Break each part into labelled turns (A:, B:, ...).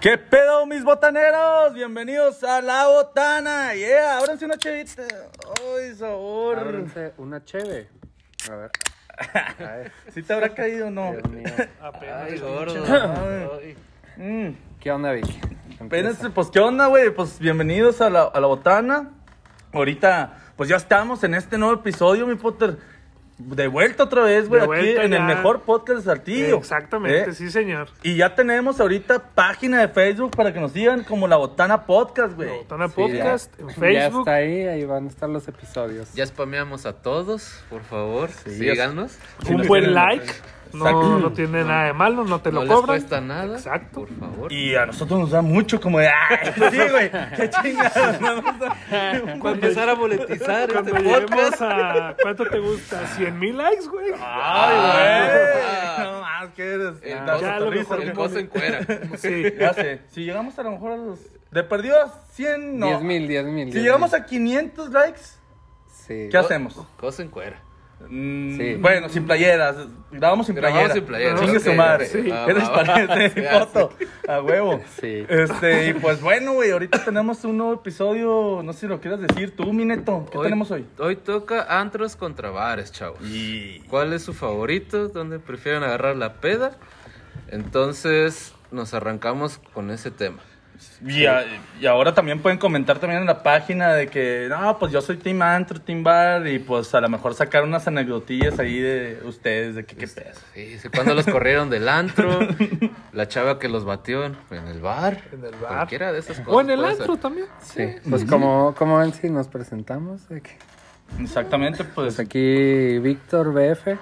A: ¿Qué pedo, mis botaneros? Bienvenidos a La Botana. Yeah, ábranse una chevita. Ay, sabor.
B: Ábranse una cheve. A ver. Ay,
A: ¿Sí te habrá caído o no?
B: Dios mío.
C: Ay, gordo. Ay.
A: Mm.
B: ¿Qué onda, Vic?
A: Espérense, pues, ¿qué onda, güey? Pues, bienvenidos a la, a la Botana. Ahorita, pues, ya estamos en este nuevo episodio, mi Potter. De vuelta otra vez, güey,
C: De
A: aquí
C: vuelta
A: en el
C: ya.
A: mejor podcast de Saltillo.
C: Exactamente,
A: ¿Eh?
C: sí, señor.
A: Y ya tenemos ahorita página de Facebook para que nos sigan como La Botana Podcast, güey.
C: Botana
B: Sí,
C: Podcast,
B: ya-
C: en
B: Ya
C: Facebook.
B: está ahí, ahí van a estar los episodios.
D: Ya spameamos a todos, por favor,
A: ya-
D: síganos.
A: Sí,
C: Un
A: lo
C: buen
A: tienen.
C: like. No, no tiene nada de malo, no te
D: No
C: lo
D: les
C: cobran.
D: cuesta nada.
C: Exacto.
D: Por favor.
A: Y a nosotros nos da mucho como de, ay, pues sí, güey, qué chingados. ¿no?
D: Cuando empezar a monetizar
C: Cuando lleguemos a. ¿Cuánto te gusta? ¿100 mil likes, güey?
A: Ay,
D: Ah.
A: güey. No más, que eres.
D: El
A: Ah,
D: coso-
C: Ah, ya lo mejor
D: el
C: que
D: coso
C: pone.
D: en cuera.
C: Sí.
A: Ya sé, si llegamos a lo mejor a los... De perdido a 100, no.
B: 10 mil, 10 mil.
A: Si llegamos a 500 likes,
B: Sí.
A: ¿qué hacemos?
D: Coso en cuera.
A: Mm,
B: Sí.
A: Bueno, sin playeras. Grabamos sin playera.
D: Grabamos sin playera,
A: Chingue
D: ok,
A: su madre.
D: ok. Ah,
A: ¿Qué les
D: va, va,
A: parece?
D: se hace.
A: Foto. A huevo.
B: Sí.
A: Este, y pues bueno, güey, ahorita tenemos un nuevo episodio. No sé si lo quieras decir tú, mi neto. ¿Qué tenemos hoy?
D: Hoy toca antros contra bares, chavos.
A: Y...
D: ¿Cuál es su favorito? ¿Dónde prefieren agarrar la peda? Entonces, nos arrancamos con ese tema.
A: Y, a- y ahora también pueden comentar también en la página de que, no, pues yo soy Team Antro, Team Bar, y pues a lo mejor sacar unas anecdotillas ahí de ustedes, de que qué pedo.
D: Sí, sí, cuando los corrieron del antro, la chava que los batió en, en el bar.
C: En el bar.
D: Cualquiera de esas cosas.
C: O en el
D: puede ser.
C: antro también.
B: Sí. Pues como, como ven si nos presentamos. de que-
A: Exactamente, pues.
B: Pues aquí Víctor BF,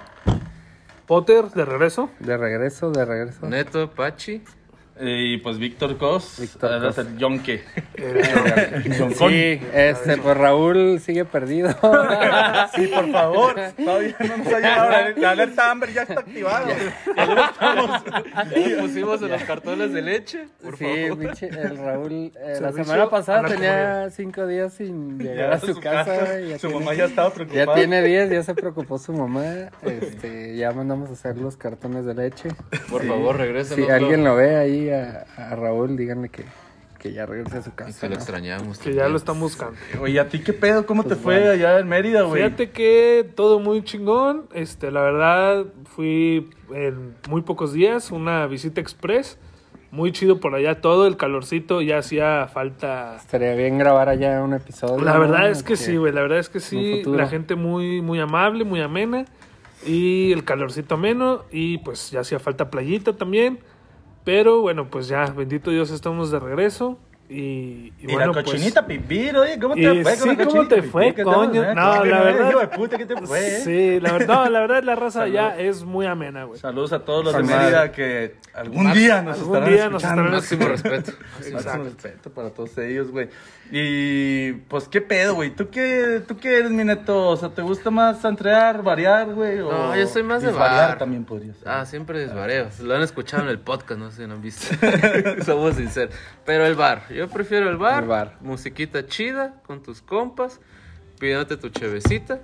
C: Potter, de regreso.
B: de regreso, de regreso.
D: Neto, Pachi.
A: Y pues Víctor Cos,
B: Víctor
A: ahora es
B: Cos.
A: el Yonke. Yoncón.
B: Sí, este, pues Raúl sigue perdido.
A: Sí, por favor. Todavía no nos ha llegado. La alerta Amber ya está activada.
D: Le pusimos en los cartones de leche. Por
B: sí,
D: favor.
B: pinche, el Raúl, eh, la
C: Servicio
B: semana
C: a
B: pasada
C: la
B: tenía
C: comunidad.
B: cinco días sin llegar a su, casa. y ya
A: Su
B: tiene-
A: mamá ya estaba
B: Ya
A: preocupada.
B: tiene 10, ya se preocupó su mamá. Este, ya mandamos a hacer los cartones de leche.
D: Por favor, regresen.
B: Si alguien lo ve ahí a, a Raúl, díganle que, que ya regrese a su casa.
D: Que
B: ¿no?
D: lo extrañamos.
C: Que ya
D: también.
C: lo están buscando.
A: Oye, ¿a ti qué pedo? ¿Cómo te fue allá en Mérida, güey?
C: Fíjate que todo muy chingón. Este, la verdad, fui en muy pocos días, una visita express. Muy chido por allá todo, el calorcito ya hacía falta.
B: Estaría bien grabar allá un episodio. este,
C: La
B: ¿no?
C: verdad es que
B: Porque
C: sí, güey, la verdad es que
B: en un
C: sí.
B: futuro.
C: La gente muy, muy amable, muy amena. Y el calorcito ameno. Y pues ya hacía falta playita también. Pero bueno, pues ya, bendito Dios, estamos de regreso. Y, y
A: Y
C: bueno,
A: la
C: pues,
A: cochinita pipir, oye, ¿cómo te
C: Y
A: fue?
C: sí,
A: la
C: ¿cómo
A: cochinita
C: te fue,
A: pipí? ¿Qué te
C: coño?
A: pasó?
C: No,
A: ¿Qué
C: la
A: pedo,
C: verdad-
A: hijo de puta, ¿qué te fue? eh?
C: Sí, la verdad, no, la verdad la raza ya es muy amena, güey.
A: Saludos a todos los de
B: Salud.
A: Mérida que algún
D: Max-
A: día nos
C: algún
A: estarán
C: día nos
A: escuchando.
C: estarán
D: Máximo respeto.
A: Máximo respeto para todos ellos, güey. Y pues qué pedo, güey. ¿Tú qué, ¿Tú qué eres, mi neto? O sea, ¿te gusta más entrear, variar, güey?
D: No,
A: o
D: yo soy más de
A: disvariar
D: bar.
A: también podría ser.
D: Ah, siempre desvareo. Lo han escuchado en el podcast, no sé si lo han visto. Somos sinceros. Pero el bar. Yo prefiero el bar.
B: El bar.
D: Musiquita chida con tus compas. Pidiéndote tu chevecita.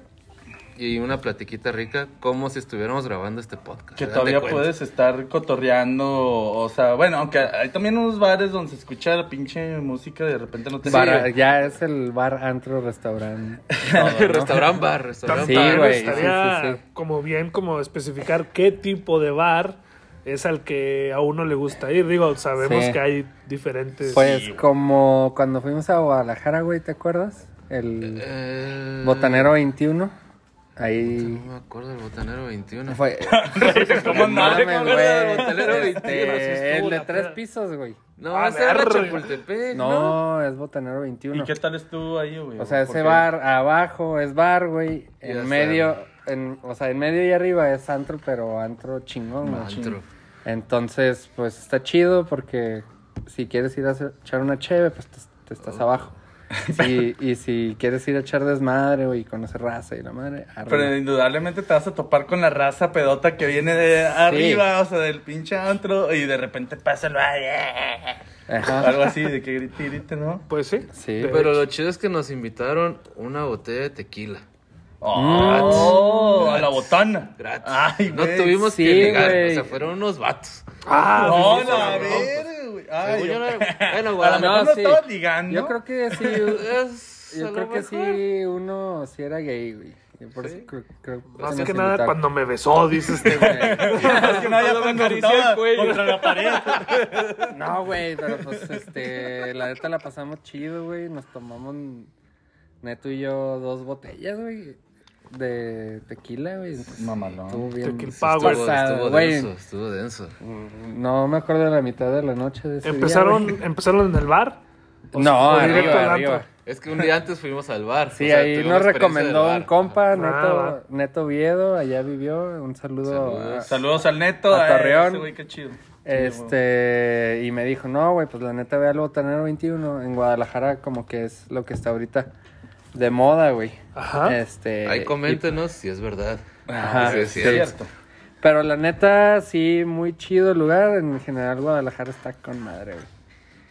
D: Y una platiquita rica, como si estuviéramos grabando este podcast.
A: Que
D: Date
A: todavía
D: cuenta.
A: puedes estar cotorreando, o sea, bueno, aunque hay también unos bares donde se escucha la pinche música y de repente no te
B: Bar-
A: Sí,
B: ya es el bar antro restaurante.
D: Restaurant bar, restaurant
B: Sí,
D: bar.
B: güey,
C: Estaría
B: sí, sí, sí.
C: como bien como especificar qué tipo de bar es al que a uno le gusta ir. Digo, sabemos
B: Sí.
C: que hay diferentes...
B: Pues como cuando fuimos a Guadalajara, güey, ¿te acuerdas? El
D: Eh,
B: Botanero 21. Ahí
D: No me acuerdo del botanero 21.
B: fue.
A: ¿Cómo no?
B: Mames,
D: ¿Cómo no?
B: güey.
D: Botanero 21,
C: así
B: Este,
C: estuvo
B: el de
C: la
B: tres
C: peda.
B: pisos, güey.
D: No,
A: Ah,
C: A
D: ese era
C: ver.
D: Chapultepec. No.
B: No, es Botanero 21.
A: ¿Y qué tal estuvo ahí, güey?
B: O sea,
A: ¿Por qué?
B: ese bar abajo es bar, güey.
D: Ya
B: En medio, en, o sea, en medio y arriba es antro, pero antro chingón, güey.
D: Antro.
B: Entonces, pues está chido porque si quieres ir a hacer- echar una cheve, pues te, te estás abajo. Sí, y si quieres ir a echar desmadre, güey, y conocer raza y la madre, arriba.
A: Pero indudablemente te vas a topar con la raza pedota que viene de arriba, o sea, del pinche antro, y de repente pasa el bar, ¡eh!
B: Ajá.
A: algo así, de que grite, grite, ¿no?
C: Pues sí.
B: Sí.
C: Pero-
D: Pero lo chido es que nos invitaron una botella de tequila.
B: Mm.
A: Oh, a la botana.
D: Gratis.
A: Ay,
D: no
A: güey.
D: tuvimos
B: sí,
D: que negar, o
B: güey.
D: sea, fueron unos vatos.
C: Ah,
A: No, pues.
D: sí, sí,
A: la
D: sí, sí, sí.
A: verga, güey. Ay,
D: Según yo no- bueno,
A: A lo
D: Guadalajara.
A: mejor no,
B: No, sí.
A: estabas ligando.
B: Yo creo que sí.
D: Es a
B: Yo
D: lo
B: creo que
D: mejor.
B: sí, uno sí era gay, güey. Yo por eso creo, creo-
C: más
B: se
C: que
B: nos
C: nada
B: invitaba.
C: cuando me besó, dice este güey.
A: Más que nada ya
D: No, me
A: cuando
D: acaricié el
A: estaba
D: cuello.
A: contra la pared.
B: No, güey, pero pues este, la neta la pasamos chido, güey. Nos tomamos Neto y yo dos botellas, güey, de tequila, güey. Entonces,
A: Mamalón.
B: Estuvo bien.
C: Tequila
D: Estuvo,
C: Power.
B: pasado,
D: estuvo
B: güey.
D: denso, estuvo denso.
B: No me acuerdo de la mitad de la noche de ese día,
C: Empezaron,
B: güey. Pues,
C: empezaron en el bar.
B: no,
C: o directo
B: arriba,
C: al
B: arriba.
C: antro.
D: Es que un día antes fuimos al bar.
B: Sí,
D: o sea,
B: ahí
D: tuvimos
B: nos
D: experiencia
B: recomendó
D: del
B: un
D: bar.
B: compa,
C: Ah, va.
B: Neto, Neto Viedo, allá vivió. Un saludo. a-
D: Saludos.
A: Saludos al Neto.
B: A
A: eh,
B: Torreón.
A: ese güey, qué chido.
B: Este, y me dijo, no, güey, pues la neta ve al botanero 21 en Guadalajara, como que es lo que está ahorita de moda, güey.
C: Ajá.
B: Este.
D: Ahí coméntenos si es verdad.
B: Ajá,
D: Sí, es
A: Sí,
D: cierto.
A: cierto.
B: y- pero la neta, sí, muy chido el lugar. En general, Guadalajara está con madre, güey.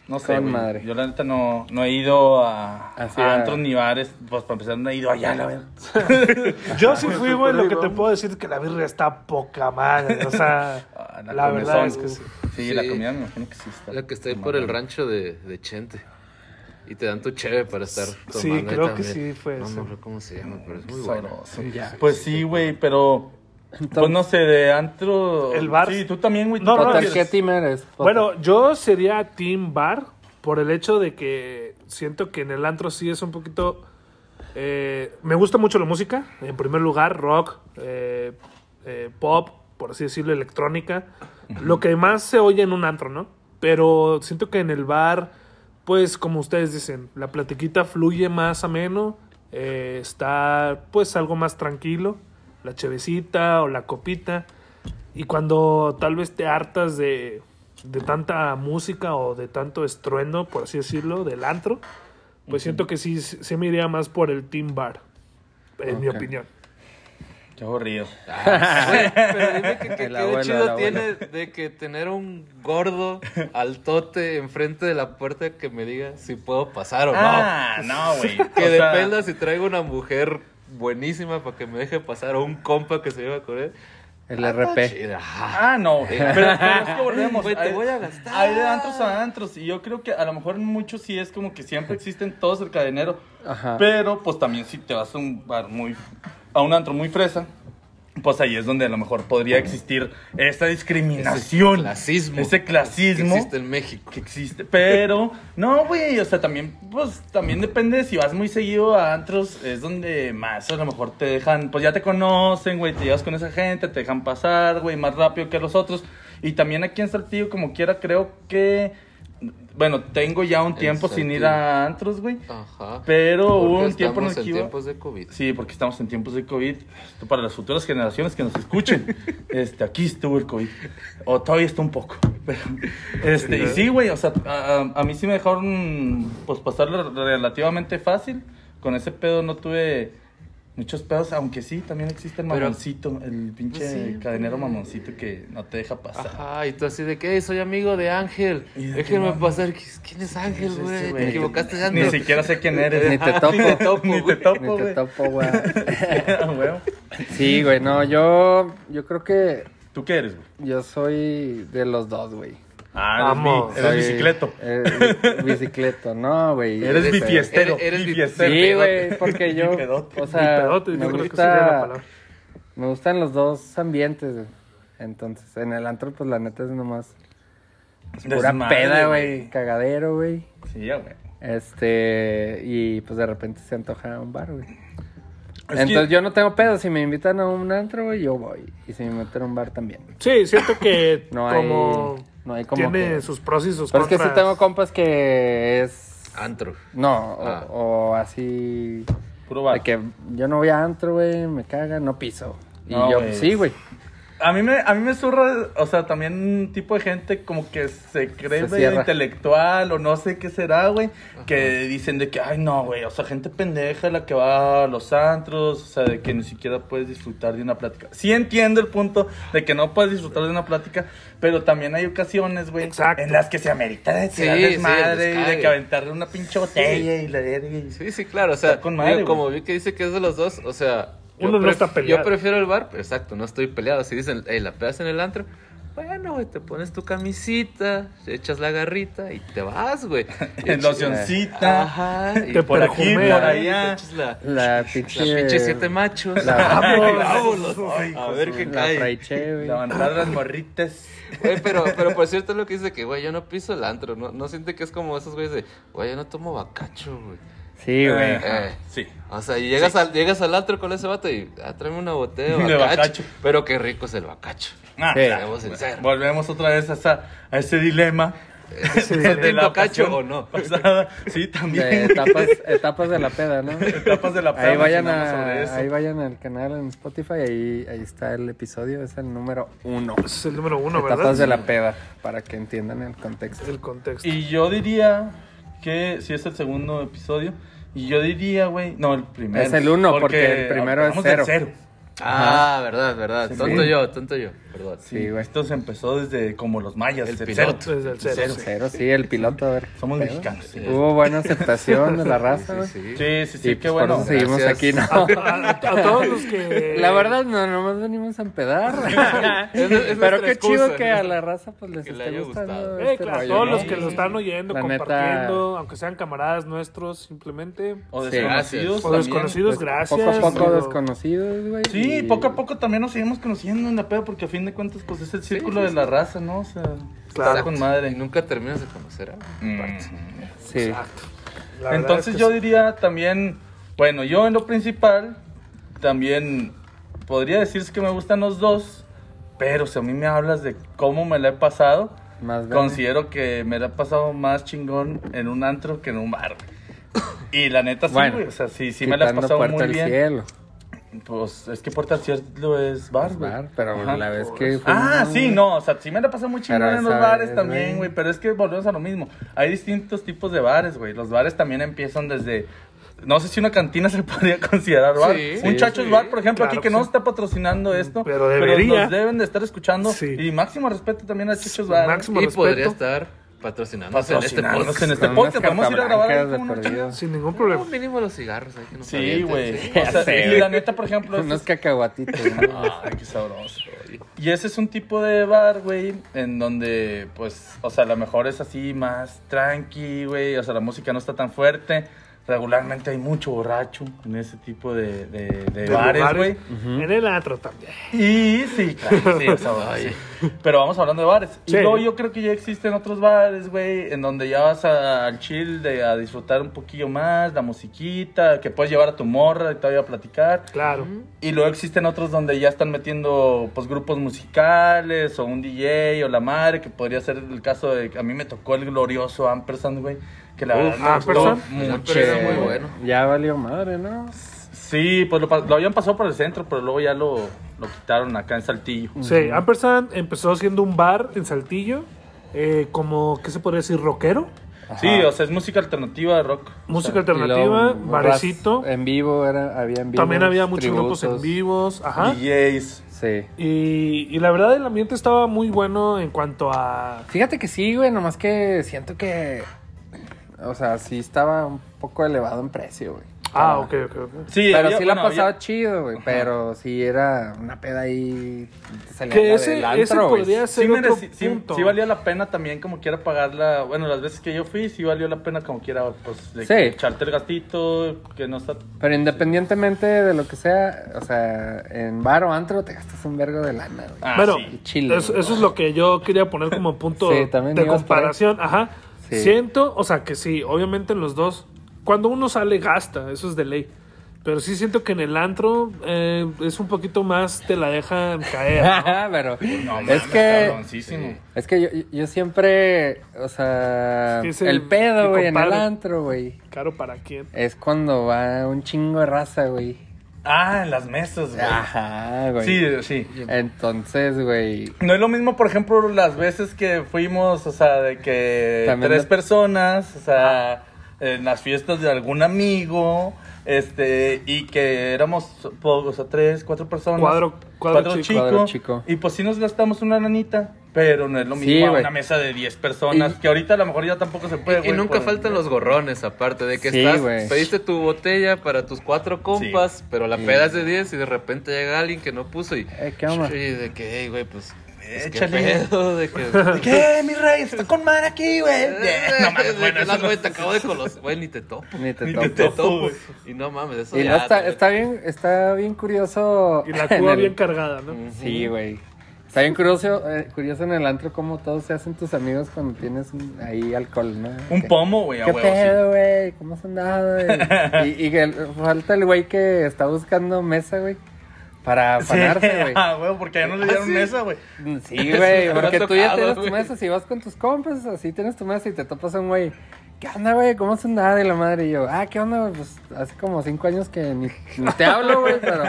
A: No sé,
B: Con
A: güey.
B: madre.
A: Yo la neta no, no he ido a,
B: Así
A: a
B: a-
A: antros ni bares. Pues para empezar no he ido allá, la verdad.
C: Yo sí fui, güey. Lo que te puedo decir es que la birria está poca madre. O sea,
A: Ah,
C: la,
A: comezón.
C: verdad es que sí.
A: Sí, la
D: Sí.
A: comida me imagino que sí está.
D: La que está ahí por el rancho de, de Chente. Y te dan tu cheve para estar tomando.
C: Sí,
D: ahí
C: creo que sí
D: también.
C: fue
D: No
C: eso.
D: me acuerdo cómo se llama, pero es muy bueno.
A: Sabroso. Pues sí, güey, pero... pues no sé, de antro...
C: El bar.
A: Sí, tú también, güey.
C: No,
A: tú
C: no,
A: también
B: Total,
C: es-
B: ¿qué
A: quieres.
B: team eres? Potter?
C: Bueno, yo sería Team Bar por el hecho de que siento que en el antro sí es un poquito... eh, me gusta mucho la música, en primer lugar, rock, eh, eh, pop, por así decirlo, electrónica. Lo que más se oye en un antro, ¿no? Pero siento que en el bar, pues como ustedes dicen, la platiquita fluye más ameno, eh, está pues algo más tranquilo, la chevecita o la copita. Y cuando tal vez te hartas de, de tanta música o de tanto estruendo, por así decirlo, del antro, pues siento que sí, sí sí me iría más por el Team Bar, en mi
B: Ok.
C: opinión.
A: Qué aburrido.
D: Güey, pero dime que, que-
B: El
D: qué
B: abuelo,
D: de
B: el
D: chido tiene
B: abuelo.
D: de que tener un gordo altote enfrente de la puerta que me diga si puedo pasar o
A: Ah, no, güey.
D: no. Que
A: O sea,
D: dependa si traigo una mujer buenísima para que me deje pasar o un compa que se lleva con él.
B: el RP.
D: Chida. Ah, Ajá.
A: Ah, no, güey. Pero, pero es que volvemos.
D: Güey, te
A: Hay-
D: voy a gastar.
A: Hay de antros a antros. Y yo creo que a lo mejor muchos sí es como que siempre existen todos el cadenero.
D: Ah.
B: Ajá.
A: Pero pues también si te vas a un bar muy. a un antro muy fresa. Pues ahí es donde a lo mejor podría existir esa discriminación.
D: Ese clasismo.
A: Ese clasismo.
D: Que existe en México.
A: que existe. Pero, no, güey, o sea, también, pues, también depende de si vas muy seguido a antros, es donde más a lo mejor te dejan, pues ya te conocen, güey, te llevas con esa gente, te dejan pasar, güey, más rápido que los otros. Y también aquí en Saltillo, como quiera, creo que, bueno, tengo ya un
D: En
A: tiempo sin ir
D: Saltillo.
A: a antros, güey.
D: Ajá.
A: Pero hubo
D: Porque
A: un tiempo en el
D: estamos
A: que
D: en
A: iba-
D: tiempos de COVID.
A: Sí, porque estamos en tiempos de COVID. Esto para las futuras generaciones que nos escuchen. Este, aquí estuvo el COVID. O todavía está un poco. Pero, este, y sí, güey, o sea, a, a- a mí sí me dejaron pues pasarlo relativamente fácil. Con ese pedo no tuve muchos pedos, aunque sí, también existe el
D: Pero-
A: mamoncito, el pinche
D: Pues sí,
A: cadenero
D: güey.
A: mamoncito que no te deja pasar.
D: Ajá, y tú así de que "Ey, soy amigo de Ángel.
A: Y de que
D: Déjenme
A: no,
D: pasar. ¿Quién es Ángel,
A: Ese
D: güey?
A: güey,
D: Te equivocaste de
A: Ni
D: Ángel.
A: siquiera sé quién eres.
B: Ni te topo.
A: Ni te topo,
D: Ni te
A: güey.
B: Ni te topo, güey.
A: Ah, güey.
B: Sí, güey, no, yo, yo creo que
A: ¿Tú qué eres, güey?
B: yo soy de los dos, güey.
A: Ah, eres,
C: Vamos.
A: bi- eres
B: Soy-
A: bicicleto.
B: eh, bi- bicicleto, no, güey.
A: Eres
B: este,
A: bifiestero.
D: Eres- eres
A: bifiestero.
B: Sí,
D: Pedote.
B: güey, porque yo,
A: Pedote.
B: o sea,
C: pedote,
B: me,
C: yo creo que
B: gusta-
C: sería la palabra.
B: me gustan los dos ambientes, güey. Entonces, en el antro, pues, la neta es nomás es pura
A: Desmadre,
B: peda,
A: güey.
B: güey, cagadero, güey.
A: Sí, ya, güey.
B: Este, y pues de repente se antoja un bar, güey.
A: Es que-
B: Entonces yo no tengo pedo, si me invitan a un antro, güey, yo voy. Y si me invitan a un bar también.
C: Sí, siento que
B: No hay-
C: como,
B: no hay como
C: tiene
B: que-
C: sus pros y sus
B: Pero es que sí
C: contras.
B: tengo compas que es...
D: Antro.
B: No, o-
D: Ah.
B: o así...
A: Puro bar.
B: De que yo no voy a antro, güey, me caga, no piso. Y
A: No,
B: yo,
A: güey.
B: sí, güey.
A: A mí me, a mí me zurra, o sea, también un tipo de gente como que se cree
B: Se
A: medio
B: cierra.
A: intelectual o no sé qué será, güey, que dicen de que, ay, no, güey, o sea, gente pendeja la que va a los antros, o sea, de que ni siquiera puedes disfrutar de una plática. Sí entiendo el punto de que no puedes disfrutar de una plática, pero también hay ocasiones, güey,
C: Exacto.
A: en las que se amerita de
D: Sí,
A: tirar
D: sí, el
A: desmadre y de
D: descargue.
A: que aventarle una pinche botella y la verga y-
D: Sí, sí, claro. O
A: Está
D: sea,
A: con madre,
D: digo, como
A: güey.
D: vi que dice que es de los dos, o sea, Yo
C: Uno no
D: pref-
C: está peleado.
D: Yo prefiero el bar, pero exacto, no estoy peleado. Si dicen, hey, la pedas en el antro, bueno, güey, te pones tu camisita, echas la garrita y te vas, güey.
A: En locioncita.
D: Ajá. y
C: Te
A: Por aquí, por ah.
C: perjumeas.
A: allá.
D: echas la,
B: La
D: la
B: pinche.
D: pinche siete machos.
B: La-
D: Vámonos.
A: Ay,
D: A ver qué
B: La
D: cae.
B: fraiche, güey.
A: Levantar las morritas.
D: Güey, pero, pero por cierto es lo que dice que, güey, yo no piso el antro. No, no siente que es como esos güeyes de, güey, yo no tomo bacacho, güey.
B: Sí, güey. Ah.
A: Ajá,
D: Eh.
A: Sí.
D: O sea, y llegas, al, llegas al antro con ese vato y ah, tráeme una botella de
A: De
D: bacacho.
A: bacacho.
D: Pero qué rico es el bacacho.
A: Ah,
B: Sí.
D: Seamos sinceros.
A: Volvemos otra vez a, esa- a ese dilema.
D: ¿Tinto bacacho
A: ocasión
D: o no?
A: pasada. Sí,
B: De
A: también.
B: etapas, etapas de la peda, ¿no?
A: Etapas de la peda,
B: Ahí vayan,
A: mencionamos sobre eso.
B: a, ahí vayan al canal en Spotify, ahí, ahí está el episodio, es el número uno.
C: Ese Es el número uno,
B: etapas
C: ¿verdad?
B: de la peda, para que entiendan el contexto.
C: El contexto.
A: Y yo diría que si es el segundo episodio. Y yo diría, güey. No, el primero.
B: Es el uno, porque el primero es
A: hablamos del
B: cero.
D: Ah, verdad, verdad.
B: Sí,
D: tonto
B: sí.
D: yo, tonto yo. Perdón.
A: Sí,
B: Sí, güey.
A: Esto se empezó desde como los mayas.
D: El
A: El
D: piloto.
A: cero.
C: Desde el cero,
A: Cero.
C: sí.
B: Cero, sí, el piloto, a ver.
A: Somos
B: ¿qué pedo?
A: mexicanos. Sí,
B: Hubo buena aceptación de la raza, güey.
D: sí, sí.
A: sí, sí,
B: Y, pues,
A: qué
B: por
A: bueno.
B: eso seguimos
D: Gracias.
B: aquí,
C: A,
B: ¿no?
C: a- a todos los que.
B: La verdad, no, nomás venimos a empedar.
D: Es-
B: Pero
D: es nuestra
B: qué chido
D: excusa,
B: que
D: ¿no?
B: a la raza pues les
D: Que le
B: esté
D: haya
B: gustando.
D: gustado.
C: Eh,
B: este
C: claro,
B: rollo,
C: todos
B: ¿no?
C: los que lo están oyendo,
B: La neta-
C: compartiendo, aunque sean camaradas nuestros, simplemente.
A: O
B: Sí,
A: Pues desconocidos.
C: O
A: también.
B: Pues,
C: desconocidos, gracias.
B: Poco a poco
C: digo,
B: desconocidos, güey.
A: Sí,
B: y-
A: poco a poco también nos seguimos conociendo en la peda porque a fin de cuentas pues es el círculo de la raza, ¿no? O sea,
C: Claro.
A: está con
D: Y
A: madre.
D: nunca terminas de conocer a
A: Mm.
B: Sí.
C: Exacto. La verdad
A: Entonces
C: es que
A: yo
C: sí.
A: diría también, bueno, yo en lo principal también podría decirse que me gustan los dos, pero si a mí me hablas de cómo me la he pasado,
C: Pues
B: Más bien.
A: considero que me la he pasado más chingón en un antro que en un bar. Y la neta sí,
B: Bueno,
A: güey, o sea, sí, sí me la he
B: Quitando
A: pasado
B: Puerta
A: muy
B: al
A: bien.
B: Cielo.
A: Pues es que Puerta al Cielo es bar,
B: Es
A: güey.
B: bar, pues, pero
A: Ajá.
B: la vez que
A: Ah,
B: fuimos,
A: sí,
B: güey,
A: no, o sea, sí me la pasé muy chingón
B: Pero
A: en los
B: esa
A: bares
B: vez,
A: también,
B: güey.
A: güey, pero es que volvemos a lo mismo. Hay distintos tipos de bares, güey. Los bares también empiezan desde no sé si una cantina se podría considerar bar.
D: Sí,
A: un
D: sí,
A: chachos
D: sí.
A: bar, por ejemplo,
C: Claro
A: aquí
C: que
A: que no
C: sí.
A: está patrocinando esto,
C: Mm, Pero debería.
A: nos deben de estar escuchando
C: Sí.
A: y máximo respeto también a chachos bar. ¿eh?
C: Máximo
D: Y
C: respeto.
D: podría estar patrocinándonos en este
A: Patrocinándonos
D: podcast.
A: en este
B: con unas
A: podcast, vamos a ir a grabar ahí
B: cartablancas de
A: como una
B: perdido.
C: Sin ningún
D: Como
C: problema.
D: mínimo los cigarros ahí que nos
A: Sí,
D: avientan,
A: güey.
D: sí.
A: O sea,
B: sé,
A: y
B: güey.
A: la neta, por ejemplo,
B: Unos
A: estos-
B: cacahuatitos, ¿no?
A: Ay, qué sabroso. Y ese es un tipo de bar, güey, en donde, pues, o sea, a lo mejor es así más tranqui, güey, o sea, la música no está tan fuerte. Regularmente hay mucho borracho en ese tipo de, de- de
C: De
A: bares, güey.
C: En el antro también.
A: Y sí, claro, sí, o sea,
D: Ay.
A: sí. Pero vamos hablando de bares.
C: Sí.
A: Y luego yo creo que ya existen otros bares, güey, en donde ya vas a- al chill de, a disfrutar un poquillo más, la musiquita, que puedes llevar a tu morra y todavía a platicar.
C: Claro.
A: Y luego existen otros donde ya están metiendo pues grupos musicales o un DJ o la madre, que podría ser el caso de a mí me tocó el glorioso Ampersand, güey, que la
C: Uf,
A: verdad me gustó
C: Ampersand.
D: El
A: mucho.
D: Ampersand era muy bueno.
B: Ya valió madre, ¿no?
A: Sí, pues lo, pa- lo habían pasado por el centro, pero luego ya lo, lo quitaron acá en Saltillo.
C: Sí, Ampersand empezó siendo un bar en Saltillo, eh, como, ¿qué se podría decir? Rockero,
A: Sí, o sea, es música alternativa de rock.
C: música
B: Y
C: alternativa,
B: luego,
C: barecito.
B: ras- En vivo, era, había en vivo.
C: También había muchos grupos en
B: tributos.
C: vivos, ajá.
A: DJs.
B: Sí.
C: Y, y la verdad, el ambiente estaba muy bueno en cuanto a. ah,
B: Fíjate que sí, güey, nomás que siento que. O sea, sí estaba un poco elevado en precio, güey.
C: Ah, ok, ok, ok.
A: Sí,
B: Pero
A: había-
B: sí la
A: bueno,
B: pasaba
A: había-
B: chido, güey. Pero sí era una peda ahí. te salía la
C: Que
B: del
C: ese,
B: antro,
C: ese
B: güey.
C: podría ser
A: Sí, merec-
C: otro
A: sí-
C: punto.
A: sí valía la pena también como quiera pagarla. Bueno, las veces que yo fui, sí valió la pena como quiera, pues, de
B: Sí.
A: echarte el gastito, que no está
B: Pero independientemente de lo que sea, o sea, en bar o antro te gastas un vergo de lana, güey.
A: Ah,
C: Bueno,
A: sí.
B: Chile,
C: eso,
B: ¿no?
C: eso es lo que yo quería poner como punto
B: Sí, también
C: de
B: ibas por ahí.
C: comparación. Ajá.
B: Sí.
C: Siento, o sea, que sí, obviamente en los dos, cuando uno sale gasta, eso es de ley. Pero sí siento que en el antro eh, es un poquito más, te la dejan caer.
B: pero
A: No,
B: es
A: mames,
B: que
A: cabroncísimo.
B: es que yo, yo siempre, o sea,
C: Es que es
B: el,
C: el-
B: pedo,
C: el
B: güey, en el
C: compadre.
B: antro, güey,
C: Caro para quién.
B: es cuando va un chingo de raza, güey.
A: Ah, en las mesas, güey.
B: Ajá, Ah, güey.
A: Sí, sí.
B: Entonces, güey,
A: No es lo mismo, por ejemplo, las veces que fuimos, o sea, de que
B: También
A: tres
B: de- Ah.
A: personas, o sea, en las fiestas de algún amigo, este, y que éramos, po- o sea, tres, cuatro personas.
C: Cuadro- cuadro chico.
B: Cuadro chico.
A: Y pues sí nos gastamos una nanita. Pero no es lo
B: Sí,
A: mismo a
B: güey.
A: una mesa de 10 personas,
B: Y-
A: que ahorita a lo mejor ya tampoco se puede,
D: Y
A: güey. pues,
D: nunca
A: por-
D: faltan los gorrones, aparte de que
B: Sí,
D: estás,
B: güey.
D: pediste tu botella para tus cuatro compas, pero la
B: Sí.
D: pedas de 10 y de repente llega alguien que no puso y...
B: Eh, ¿qué onda?
D: Sí, de que, "Ey, güey, pues... pues, ¿Qué
A: Échale.
D: pedo? De que... Eh,
A: ¿De ¿Qué, mi rey? Está con madre aquí, güey. No mames,
D: De
A: bueno,
D: que,
A: eso
D: "No,
A: no-
D: güey, te acabo de colos... Güey, ni te topo.
B: Ni te
A: Ni
B: topo.
A: te
D: Te
A: topo.
D: topo.
A: güey.
D: Y no mames, eso
B: Y
D: ya...
B: no, está,
D: güey.
B: está bien, está bien curioso.
C: Y la
B: en
C: cuba
B: el- Mm.
C: bien cargada, ¿no?
B: Sí, güey. Está bien curioso, eh, curioso en el antro cómo todos se hacen tus amigos cuando tienes un- ahí alcohol, ¿no?
A: Un
B: Que-
A: pomo, güey, a
B: ¿Qué
A: huevo. sí.
B: pedo, güey? ¿Cómo has andado, güey? Y, y que el- falta el güey que está buscando mesa, güey, para
A: Sí,
B: afanarse, güey.
A: ah, güey, porque ya no le dieron
D: sí?
A: mesa, güey.
B: Sí, güey,
D: Eso me ha
B: porque tú ya
D: tocado,
B: tienes
D: güey.
B: tu mesa, si vas con tus compas, así tienes tu mesa y te topas a un güey. ¿Qué onda, güey? ¿Cómo has andado? Y la madre y yo, ah, ¿qué onda? güey? Pues hace como cinco años que ni, ni te hablo, güey, pero...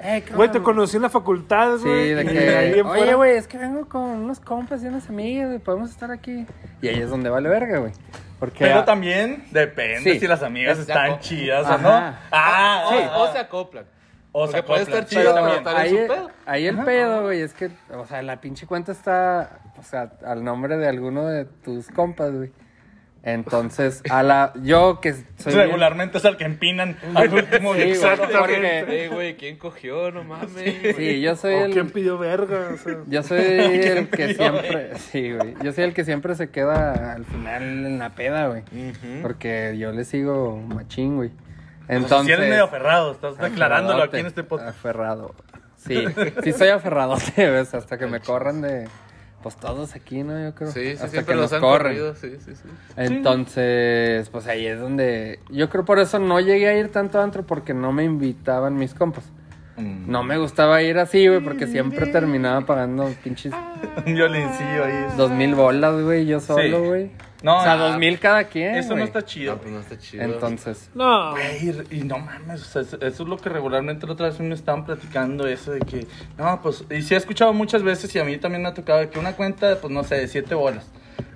B: Eh, ¿qué
C: Güey,
B: onda?
C: te conocí en la facultad,
B: Sí,
C: güey.
B: de
C: y ahí
B: que...
C: en fuera-
B: Oye, güey, es que vengo con unos compas y unas amigas y podemos estar aquí. Y ahí es donde vale verga, güey. Porque...
A: Pero
B: ah,
A: también depende
B: Sí.
A: si las amigas
D: Es-
A: están
D: Ajá.
A: chidas o no.
B: Ajá.
A: Ah, ah,
D: O-
A: ah.
D: O se acoplan.
A: O
D: Porque
A: sea,
D: puede
A: acoplan.
D: estar chido
A: Sí,
D: también.
A: también.
D: estar en
B: ahí,
D: su pedo.
B: ahí el pedo, güey, es que, o sea, la pinche cuenta está, o sea, al nombre de alguno de tus compas, güey. Entonces, a la, yo que soy... bien-
A: Regularmente es al que empinan al último
B: Sí, güey,
A: exacto.
B: porque-
D: Ey, güey, ¿quién cogió? No mames.
B: Sí, yo soy
C: ¿O Oh, quién
B: el...
C: pidió verga? O sea,
B: Yo soy el que
A: pidió,
B: siempre... Sí, güey. Yo soy el que siempre se queda al final en la peda, güey. Porque yo le sigo machín, güey. Entonces...
A: si eres medio aferrado, estás
D: ah,
A: declarándolo aquí en este podcast.
B: Aferrado. Sí, sí soy aferrado, ¿ves? Hasta que me corran de... Pues todos aquí, ¿no? Yo creo.
D: Sí, sí,
B: Hasta
D: siempre
B: que nos
D: los han
B: corren.
D: corrido. Sí, sí, sí.
B: Entonces, pues ahí es donde... Yo creo por eso no llegué a ir tanto a antro porque no me invitaban mis compas.
A: Mm.
B: No me gustaba ir así, güey, porque siempre terminaba pagando pinches
D: Ah.
A: Un violincillo ahí.
B: dos mil bolas, güey, yo solo,
A: Ah. Sí.
B: güey.
A: No,
B: o sea,
A: no.
B: dos mil cada quien,
A: Eso no
B: güey.
A: está
D: No,
A: chido.
D: pues no está chido.
B: Entonces,
C: no.
A: Güey, y no mames, o sea, eso eso es lo que regularmente la otra vez me estaban platicando, eso de que, no, pues, y sí he escuchado muchas veces y a mí también me ha tocado de que una cuenta, pues, no sé, de 7 bolas,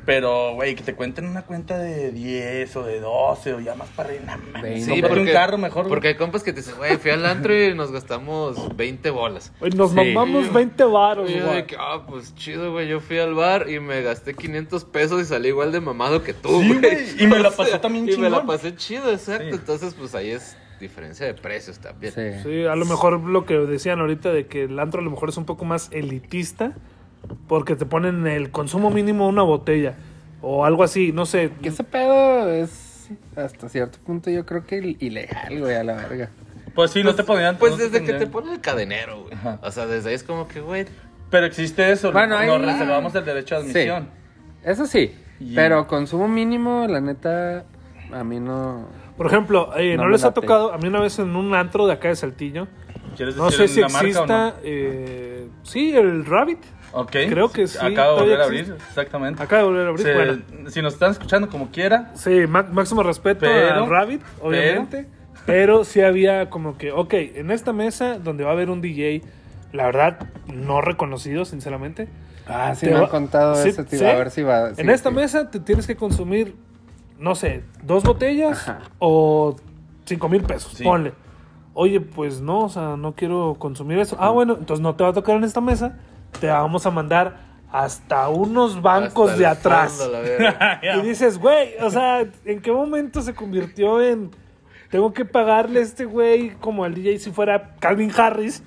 A: pero, güey, que te cuenten una cuenta de 10 o de 12 o ya más para arriba, no mames,
B: Veinte.
A: sí, porque, un carro mejor.
D: Porque hay compas que te dicen, güey, fui al antro y nos gastamos 20 bolas.
C: Güey, Nos
B: Sí.
C: mamamos 20 varos,
D: Y yo
C: güey.
D: de que, ah, pues chido, güey. Yo fui al bar y me gasté 500 pesos y salí igual de mamado que tú,
A: Sí,
D: güey.
A: güey, y me la
D: O sea,
A: pasé también
D: Y me la
A: chingón.
D: pasé chido, exacto.
A: Sí.
D: Entonces, pues ahí es diferencia de precios también.
B: sí.
C: Sí, a lo mejor lo que decían ahorita de que el antro a lo mejor es un poco más elitista porque te ponen el consumo mínimo de una botella o algo así, no sé.
B: Que ese pedo es hasta cierto punto yo creo que il- ilegal, güey, a la verga.
A: Pues sí, no te podían.
D: Pues
A: no
D: desde que te
A: tendrían.
D: ponen el cadenero, güey.
A: Ajá.
D: O sea, desde ahí es como que, güey,
A: Pero existe eso,
B: Bueno, ahí-
A: nos reservamos el derecho de admisión.
B: Eso sí,
A: Y-
B: pero consumo mínimo, la neta, a mí no...
C: Por ejemplo, eh,
B: No
C: no,
B: me
C: les ha
B: late.
C: tocado, a mí una vez en un antro de acá de Saltillo,
A: ¿Quieres
C: no sé
A: decir
C: si
A: la marca
C: exista,
A: o no?
C: eh, sí, el Rabbit,
A: Ok.
C: creo que sí,
A: Acaba de volver a
C: todavía
A: abrir,
C: existe.
A: exactamente.
C: acá de volver a abrir,
A: Se-
C: bueno.
A: Si nos están escuchando como quiera,
C: Sí, má- máximo respeto
A: Pero-
C: al Rabbit, obviamente. Pero, sí había como que, ok, en esta mesa donde va a haber un DJ, la verdad, no reconocido, sinceramente.
B: Ah, sí
C: te
B: me
C: va-
B: han contado
C: sí,
B: eso, tío,
C: sí.
B: a ver si va...
C: en esta mesa te tienes que consumir, no sé, dos botellas
B: Ajá.
C: o cinco mil pesos,
A: Sí.
C: ponle. Oye, pues no, o sea, no quiero consumir eso. Ah, bueno, entonces no te va a tocar en esta mesa, te vamos a mandar hasta unos bancos
D: hasta
C: de
D: el fondo,
C: atrás.
D: la verga.
A: Ya.
C: Y dices, güey, o sea, ¿en qué momento se convirtió en... Tengo que pagarle a este güey como al DJ si fuera Calvin Harris?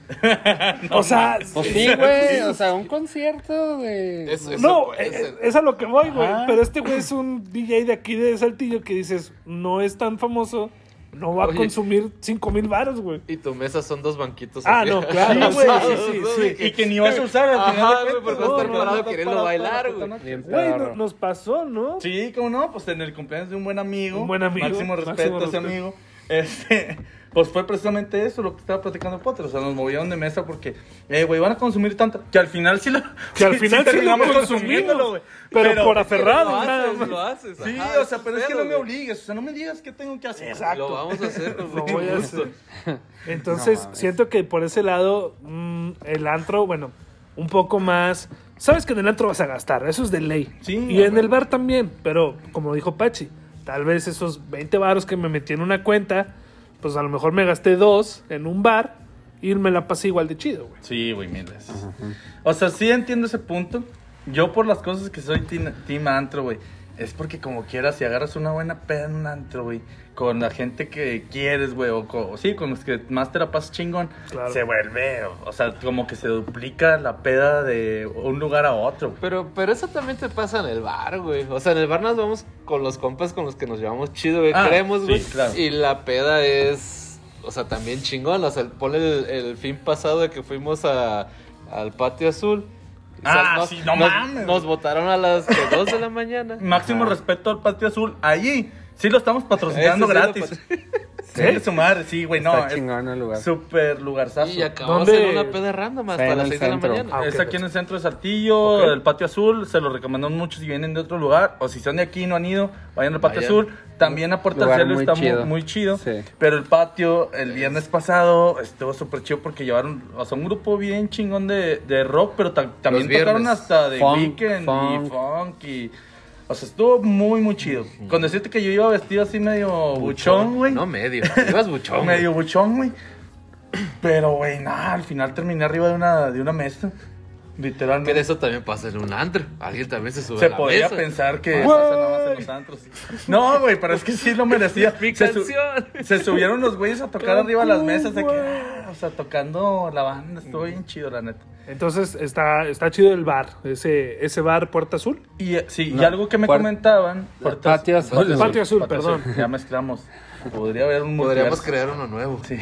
C: o sea...
B: Pues sí, güey, o sea, un concierto de...
D: Es- es-
C: No,
A: eh,
D: puede
C: es,
D: ser.
C: es a lo que voy, güey.
B: Ajá.
C: Pero este güey es un DJ de aquí de Saltillo que dices, no es tan famoso, no va
D: Oye.
C: a consumir 5 mil baros, güey.
D: Y tu mesa son dos banquitos
C: Ah,
D: así.
C: no, claro,
A: Sí, güey,
D: abrazados,
C: sí,
D: ¿no?
C: sí,
D: De
C: sí.
A: Y que ni vas a usar al
D: Ajá,
A: final de
D: güey, porque
A: cuentas,
C: vas a estar
A: güey,
C: parado
A: vas a
D: queriendo
A: parado
D: bailar,
A: toda la
D: güey.
A: puta noche.
C: Güey,
B: pedorro.
C: no- nos pasó, ¿no?
A: Sí, cómo no, pues en el cumpleaños de un buen amigo.
C: Un buen amigo,
A: Máximo respeto
C: máximo
A: a ese
C: respeto.
A: amigo. Este, pues fue precisamente eso lo que estaba platicando Potter. O sea, nos movieron de mesa porque, eh, güey, van a consumir tanto. Que al final sí lo.
C: Que al final sí, lo
A: terminamos consumiéndolo,
C: consumimos,
A: güey.
C: pero, por
D: Pero
C: aferrado.
D: lo
C: nada
D: haces,
C: más.
D: lo haces,
A: Sí,
D: ajá,
A: o sea, pero es que
D: pedo,
A: no me
D: güey.
A: obligues. O sea, no me digas qué tengo que hacer.
C: Exacto.
D: Lo vamos a hacer con
C: Lo
D: mucho
C: voy a
D: gusto.
C: hacer. Entonces,
B: No mames.
C: siento que por ese lado, mm, el antro, bueno, un poco más. Sabes que en el antro vas a gastar, eso es de ley.
A: Sí,
C: y
A: güey.
C: en el bar también, pero como dijo Pachi, tal vez esos 20 baros que me metí en una cuenta, pues a lo mejor me gasté dos en un bar y me la pasé igual de chido, güey.
A: Sí, güey, mil veces. O sea, sí entiendo ese punto. Yo por las cosas que soy team, team antro, güey. Es porque como quieras, si agarras una buena peda en un antro, güey. Con la gente que quieres, güey. O, co- o sí, con los que más te la pasas chingón.
C: Claro.
A: Se vuelve, o, o sea, como que se duplica la peda de un lugar a otro. güey.
D: Pero, pero eso también te pasa en el bar, güey. O sea, en el bar nos vamos con los compas con los que nos llevamos chido, güey.
A: Ah,
D: Creemos,
A: sí,
D: güey.
A: claro.
D: Y la peda es, o sea, también chingón. O sea, el- ponle el, el fin pasado de que fuimos a, al patio azul. O sea,
A: Ah,
D: nos-
A: sí, no
D: nos-
A: mames.
D: Nos votaron a las 2 de la mañana.
A: Máximo respeto al Patio Azul. Allí sí lo estamos patrocinando
D: Eso sí lo
A: gratis. Sí,
C: ¿Sí?
A: su madre, sí, güey, no.
B: Está
A: Es
B: chingón el lugar.
A: super lugarzazo.
D: Y acabamos
C: ¿Dónde?
D: en una peda random
B: Está
D: hasta
B: en
D: las
B: el
D: 6 de la
B: centro.
D: mañana.
C: Ah, ok,
A: es aquí en el centro de Saltillo,
C: Ok.
A: el Patio Azul, se lo recomendamos mucho si vienen de otro lugar, o si son de aquí y no han ido, vayan al Patio
D: Vayan.
A: Azul. También a Puerta
B: Lugar
A: del Cielo
B: muy
A: está mu-
B: chido.
A: muy chido,
B: Sí.
A: pero el patio el viernes pasado estuvo súper chido porque llevaron, o sea, un grupo bien chingón de, de rock, pero ta- también
D: viernes.
A: tocaron hasta de
B: Funk,
A: Weekend y
B: funk.
A: Funk y... O sea, estuvo muy, muy chido. Con decirte que yo iba vestido así medio buchón, güey.
D: No, medio. Ibas buchón. güey.
A: Medio buchón, güey. Pero, güey, nada, al final terminé arriba de una, de una mesa.
D: Que de
A: Literalmente.
D: eso también pasa en un antro. Alguien también se sube
A: Se
D: a la
A: podía
D: mesa.
A: pensar que.
C: Pasa eso
A: Güey. No, güey, pero es que sí lo merecía.
D: Mi
A: Se, su-
D: canción.
A: se subieron los güeyes a tocar arriba de las mesas. De que,
C: güey.
A: ah, o sea, tocando la banda. Estuvo bien chido, la neta.
C: Entonces está, está chido el bar, ese, ese bar Puerta Azul.
A: Y eh, sí,
B: No,
A: y algo que me
B: puer-
A: comentaban.
B: Patio Azul.
C: Patio Azul, perdón.
A: Ya mezclamos. Podría haber un
D: Podríamos
A: multiverso.
D: crear uno nuevo.
A: Sí.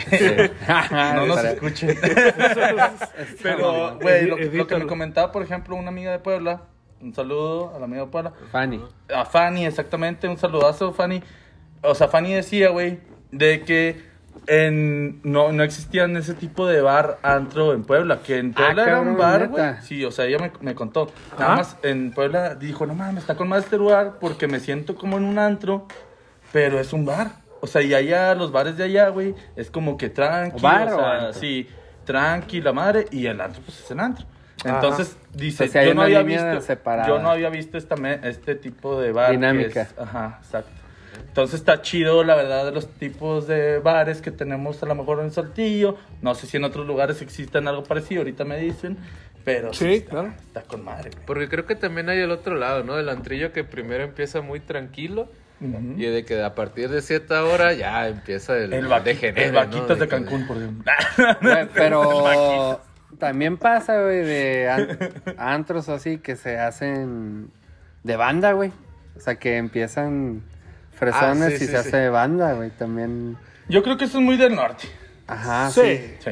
B: no
A: no nos escuchen. Ah, Pero,
C: Edi-
A: güey, lo, que- lo que
C: edítalo.
A: me comentaba, por ejemplo, una amiga de Puebla, un saludo a la amiga de Puebla,
B: Fanny.
A: a Fanny, exactamente, un saludazo, Fanny. O sea, Fanny decía, güey, de que en, no, no existían ese tipo de bar antro en Puebla, que en Puebla era un
B: Ah, cabrón,
A: bar, güey.
B: ¿neta?
A: Sí, o sea, ella me, me contó. Nada
C: Ajá.
A: más en Puebla dijo, no mames, está con más este lugar porque me siento como en un antro, pero es un bar. O sea, y allá, los bares de allá, güey, es como que tranqui,
B: ¿Bar
A: o
B: o
A: sea,
B: antro?
A: sí, tranqui, la madre, y el antro, pues es el antro.
C: Ajá.
A: Entonces, dice,
B: O sea, hay
A: yo no
B: una
A: había
B: línea
A: visto,
B: separada.
A: yo no había visto esta me- este tipo de bar. que
B: Dinámica.
A: es- ajá, exacto. Entonces está chido, la verdad, de los tipos de bares que tenemos a lo mejor en Saltillo. No sé si en otros lugares existen algo parecido, ahorita me dicen. Pero
C: Sí,
A: está,
C: claro.
A: está con madre, güey.
D: Porque creo que también hay el otro lado, ¿no? El antrillo que primero empieza muy tranquilo
A: Ujú.
D: y de que a partir de cierta hora ya empieza el,
A: El, vaqui-
D: degenere,
A: el
D: ¿no?
A: Vaquitas de
D: que-
A: Cancún, por ejemplo. Ah,
B: Güey, pero también pasa, güey, de an- antros o así que se hacen de banda, güey. O sea, que empiezan fresones
D: Ah, sí,
B: y
D: sí,
B: se
D: sí.
B: hace de banda, güey, también.
A: Yo creo que eso es muy del norte.
B: Ajá,
C: sí.
B: Ah,
A: Sí.
B: sí.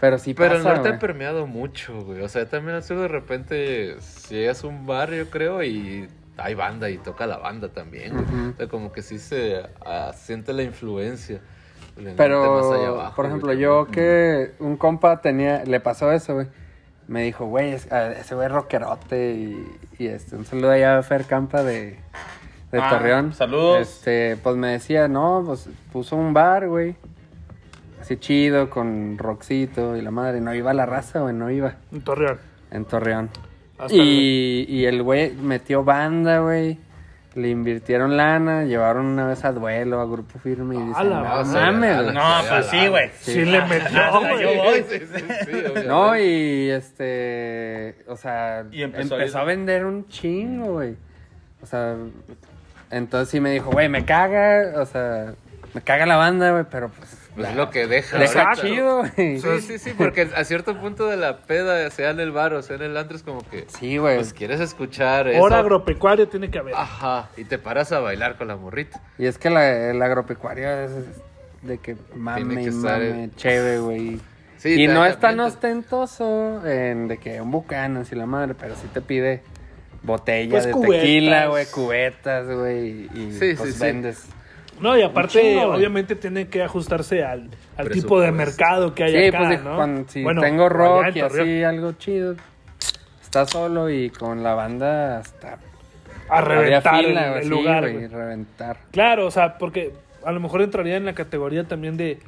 B: Pero sí
D: Pero el
B: pasa,
D: norte ha
B: güey.
D: permeado mucho, güey. O sea, también al sur de repente llegas a un barrio, creo, y hay banda y toca la banda también. güey.
B: Ujú.
D: O sea, como que sí se ah, siente la influencia. del norte más allá
B: Pero,
D: abajo,
B: por
D: güey,
B: ejemplo,
D: también.
B: yo que un compa tenía, le pasó eso, güey. Me dijo, güey, es- a- ese güey es rockerote y, y este, un saludo allá a Fer Campa de, de
A: Ah,
B: Torreón.
A: saludos.
B: Este, pues me decía, no, pues puso un bar, güey. Así chido, con rockcito y la madre. No iba la raza, güey, no iba
C: En Torreón.
B: en Torreón.
C: Hasta
B: Y, y el güey metió banda, güey. Le invirtieron lana, llevaron una vez a duelo, a grupo firme y
C: A
B: dicen,
C: la
B: no
C: madre.
B: mames,
D: A la
B: güey".
A: No, pues sí, güey.
C: Sí,
B: Sí.
C: le
A: Ah,
C: metió,
A: hasta
C: güey.
A: yo voy.
D: Sí, sí, sí, sí, obviamente.
B: No, y este. O sea,
A: Y empezó
B: empezó,
A: a ir-
B: a vender un chingo, güey. O sea, entonces sí me dijo, güey, me caga. O sea, me caga la banda, güey, pero pues.
D: Pues es lo que deja.
B: Deja
D: ahorita.
B: chido, güey.
D: Sí, sí, sí, porque a cierto punto de la peda, sea en el bar o sea en el antro, es como que,
B: Sí, güey.
D: pues quieres escuchar eso.
C: Hora agropecuaria tiene que haber.
D: Ajá, y te paras a bailar con la morrita.
B: Y es que la- el agropecuario es es de que mame
D: Tiene que
B: y
D: estar,
B: mame,
D: eh.
B: chévere, güey.
D: Sí,
B: y
D: te
B: no
D: da
B: es tan
D: caliente.
B: ostentoso en de que un bucanan y la madre, pero sí te pide botella
C: Pues
B: de
C: cubetas.
B: tequila, güey, cubetas, güey, y
D: Sí,
B: pues
D: sí, sí.
B: vendes.
C: No, y aparte,
B: Un chingo, güey.
C: obviamente, tiene que ajustarse al, al tipo de
D: Presupuesto.
C: mercado que hay
B: Sí,
C: acá,
B: pues de-
C: ¿no?
B: cuando- si
C: Bueno,
B: tengo
C: allá
B: rock
C: en
B: y
C: Torreón.
B: así algo chido, estás solo y con la banda hasta
C: A reventar
B: habría fila,
C: el,
B: güey,
C: el
B: sí,
C: lugar,
B: güey,
C: güey.
B: reventar.
C: Claro, o sea, porque a lo mejor entraría en la categoría también de,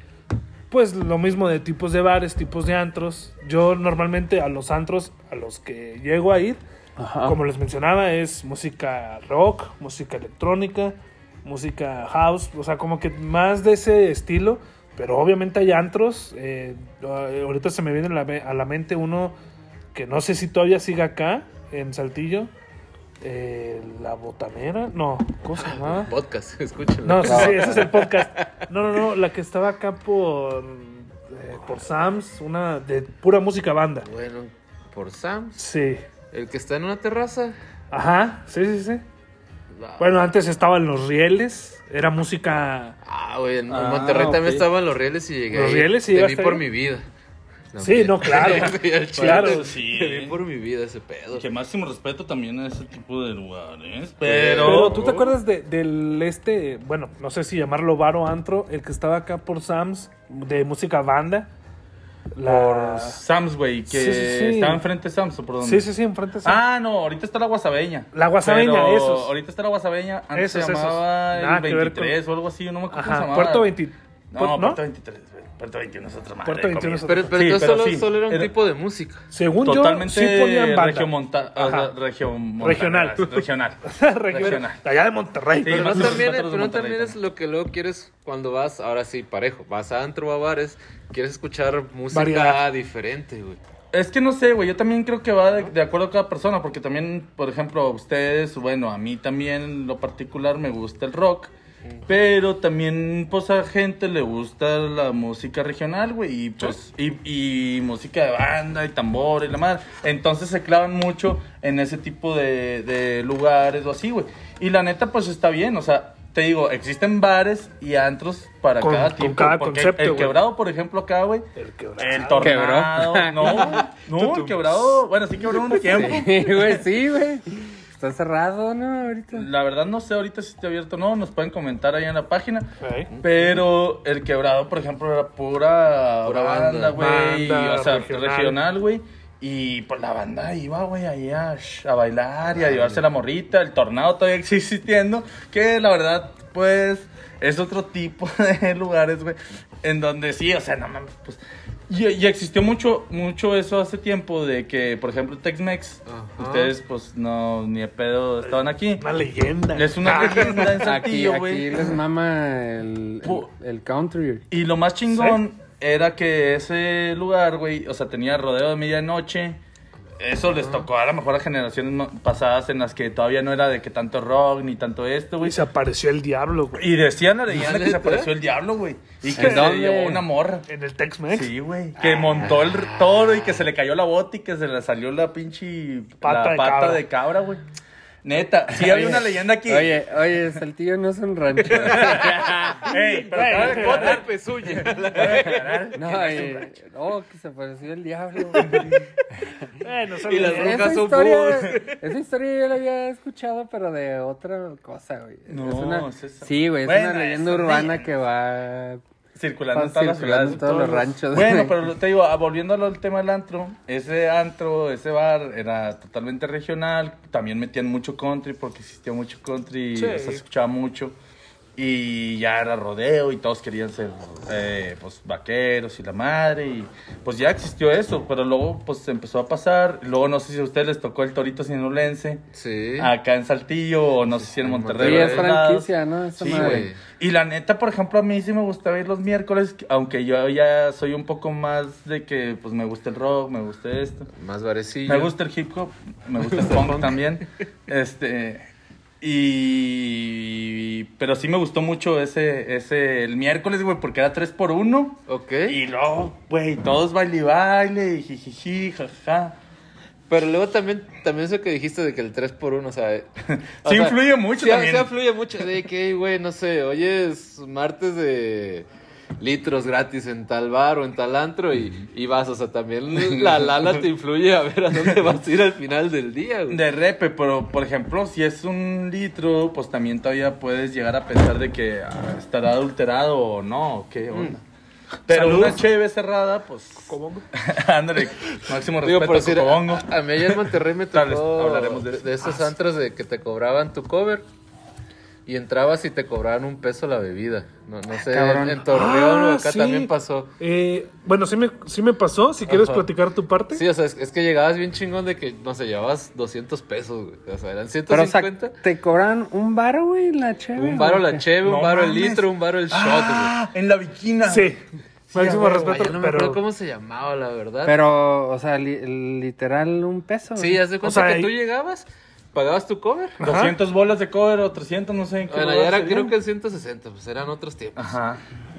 C: pues lo mismo de tipos de bares, tipos de antros. Yo normalmente a los antros a los que llego a ir, como les mencionaba, es música rock, música electrónica, música house, o sea, como que más de ese estilo. Pero obviamente hay antros. ah, eh, ahorita se me viene a la, me- a la mente uno que no sé si todavía sigue acá, en Saltillo. eh, la botanera, no, cosa más.
D: Podcast, escúchenlo.
C: No, sí, sí, ese es el podcast. No, no, no, la que estaba acá por, eh, por Sams, una de pura música banda.
D: Bueno, por Sam,
C: Sí.
D: el que está en una terraza.
C: Ajá, sí, sí, sí.
D: la-
C: Bueno, antes estaban los rieles, era música...
D: Ah, güey, en
A: Ah,
D: Monterrey
A: ok.
D: también estaban los rieles y llegué.
C: Los
D: ahí.
C: rieles y
D: Te vi
C: llegaste
D: por
C: ahí.
D: mi vida. No,
C: Sí, no, claro.
D: Sí, al chile,
C: Claro,
A: sí.
D: Te vi por mi vida ese pedo.
A: Que máximo respeto también a ese tipo de lugares.
D: Pero-
A: Pero.
C: Pero tú te acuerdas de- del este, bueno, no sé si llamarlo bar o antro, el que estaba acá por Sams, de música banda. La-
A: Por Sams, güey, que
C: Sí, sí, sí.
A: estaba enfrente de Sams, ¿o ¿por dónde?
C: Sí, sí, sí, enfrente de Sams.
A: Ah, no, ahorita está la Guasabeña.
C: La Guasabeña,
A: Pero
C: esos.
A: Ahorita está la Guasabeña, antes
C: Esos,
A: se
C: esos.
A: llamaba el
C: Nada que ver
A: 23 o algo así, no me acuerdo cómo se
C: Ajá,
A: llamaba.
C: Puerto 20.
A: No,
C: Puer- ¿no?
A: Puerto 23, güey. Puerto 21 es otra madre.
C: Puerto 21 es
A: comida.
D: Pero, pero
A: Sí,
D: entonces
A: pero
D: solo,
A: sí, Eh,
D: solo era un
A: era-
D: tipo de música.
C: Según
A: Totalmente
C: yo, sí ponían banda.
A: regiomonta- o sea,
C: Ajá.
A: regiomontaneras,
C: Regional.
A: Regional.
C: Regional.
A: Regional.
C: De allá de Monterrey.
A: Sí,
D: Pero no
A: más los
D: también,
A: patos de
D: pero no
A: Monterrey
D: también es lo que luego quieres cuando vas, ahora sí, parejo, vas a antro o a bares, quieres escuchar música
C: Variedad.
D: diferente, güey.
A: Es que no sé, güey. Yo también creo que va de, de acuerdo a cada persona. Porque también, por ejemplo, a ustedes, bueno, a mí también en lo particular me gusta el rock. Pero también, pues, a gente le gusta la música regional, güey. Y, pues, y, y música de banda y tambor y la madre. Entonces se clavan mucho en ese tipo de, de lugares o así, güey. Y la neta, pues, está bien. O sea, te digo, existen bares y antros para
C: Con-
A: cada
C: con
A: tipo.
C: cada
A: porque
C: concepto,
A: el
C: güey.
A: quebrado, por ejemplo, acá, güey.
C: El quebrado.
A: El tornado.
B: Quebró.
A: No, no, el quebrado. Bueno, sí quebró un tiempo.
B: Sí, güey, sí, güey. Está cerrado, ¿no? Ahorita.
A: La verdad no sé ahorita si está abierto o no, nos pueden comentar ahí en la página.
C: Ok.
A: Pero el quebrado, por ejemplo, era pura,
D: Pura banda.
A: banda, güey. y,
C: Banda
A: O sea,
C: regional.
A: regional, güey. Y pues la banda iba, güey, ahí a, a bailar y a llevarse la morrita. El tornado todavía sigue existiendo. Que la verdad, pues, es otro tipo de lugares, güey. En donde sí, o sea, no mames, pues. Y, y existió mucho, mucho eso hace tiempo de que, por ejemplo, Tex-Mex,
D: Ajá.
A: ustedes, pues, no, ni de pedo estaban aquí.
C: Una leyenda.
A: Es una leyenda en
B: Aquí,
A: Saltillo, güey.
B: aquí les mama el,
A: Pu-
B: el, el country.
A: Y lo más chingón era que ese lugar, güey, o sea, tenía rodeo de medianoche. Eso les tocó a lo mejor a generaciones no- pasadas en las que todavía no era de que tanto rock ni tanto esto,
C: Y
A: güey.
C: se ¿eh? apareció el diablo, güey.
A: Y decían la leyenda que se
D: ¿Neta?
A: apareció el diablo, güey. Y que
B: ¿En
A: se
B: dónde?
A: llevó una morra.
C: En el Tex-Mex.
A: Sí, güey.
C: Ah.
A: Que montó el toro y que se le cayó la bota y que se le salió la pinche
C: Pata
A: la
C: de
A: pata
C: cabra.
A: de cabra, güey. Neta, sí había una leyenda aquí.
B: Oye, oye, Saltillo no es un rancho.
A: Ey, pero
C: Güey,
A: cabe-
C: pero-
D: Otra pezuña.
B: No, eh, oh, que se pareció el diablo. güey.
C: Bueno, son
D: Y las
C: leyendas.
D: Nunca
B: Esa
D: supo.
B: historia, esa historia yo la había escuchado, pero de otra cosa, güey.
A: No,
B: es una,
A: es esa.
B: sí, güey, es
A: Bueno,
B: una leyenda
A: es una
B: urbana
A: leyenda.
B: que va,
A: circulando
B: va
A: en todas las
B: circulando
A: ciudades.
B: en todos los ranchos.
A: Bueno,
B: güey.
A: pero te digo, ah, volviendo al tema del antro, ese antro, ese bar era totalmente regional, también metían mucho country porque existía mucho country,
C: Sí.
A: o sea, se escuchaba mucho. Y ya era rodeo y todos querían ser eh, pues vaqueros y la madre y pues ya existió eso, pero luego pues empezó a pasar, luego no sé si a ustedes les tocó el torito sinulense
D: Sí.
A: acá en Saltillo o no sé si en
D: En
A: Monterrey.
D: Monterrey.
A: o
B: Sí,
A: en otros
B: es
A: lados.
B: franquicia, ¿no? Esa
A: Sí,
B: madre.
A: güey. Y la neta, por ejemplo, a mí sí me gustaba ir los miércoles, aunque yo ya soy un poco más de que, pues, me gusta el rock, me gusta esto.
D: Más barecillo.
A: Me gusta el hip hop, me gusta el punk también. Este, y... Pero sí me gustó mucho ese, ese, el miércoles, güey, porque era 3 por 1
D: Ok.
A: Y luego, güey, todos baile y baile, y jijiji, jajaja.
D: Pero luego también, también eso que dijiste de que el 3x1, o sea... eh, o
A: Sí influye mucho
D: sí,
A: también.
D: Sí influye mucho de que, güey, no sé, hoy es martes de litros gratis en tal bar o en tal antro y, y vas, o sea, también la lala te influye a ver a dónde vas a ir al final del día, güey.
A: De repe, pero por ejemplo, si es un litro, pues también todavía puedes llegar a pensar de que ah, estará adulterado o no, o qué onda. Pero
C: Saludos.
A: una cheve cerrada, pues.
C: Cobongo.
A: Ándale, máximo
D: Digo, por decir,
A: respeto a
D: a,
A: Cocobongo.
D: a mí allá en Monterrey me
A: Tal vez
D: tocó
A: hablaremos de Ah,
D: de,
A: eso.
D: de esos antros de que te cobraban tu cover y entrabas y te cobraban un peso la bebida. No, no sé,
B: Cabrón.
D: en, en Torreón o
C: Ah,
D: acá
C: sí.
D: también pasó.
C: Eh, bueno, sí me, sí me pasó. Si quieres
D: Ajá.
C: platicar tu parte.
D: Sí, o sea, es, es que llegabas bien chingón de que, no sé, llevabas 200 pesos, güey. O sea, eran
B: Pero, o sea,
D: 150.
B: ¿te cobran un baro, güey, la cheve?
D: un baro la
B: güey?
D: cheve,
A: No
D: un baro el
A: mames.
D: litro, un baro el shot,
A: Ah, en la viquina.
C: Sí.
D: güey.
C: Máximo
D: güey,
C: respeto,
D: ya no me
C: pero-
D: acuerdo cómo se llamaba, la verdad.
B: Pero, o sea, li- literal un peso.
D: sí, haz de cuenta
C: O sea,
D: que tú
C: y-
D: llegabas, pagabas tu cover.
A: 200 bolas de cover o 300, no sé en qué.
D: Bueno,
A: lugar
D: ya era
A: serían.
D: creo que en 160, pues eran otros tiempos.
B: Ah,
A: Ajá.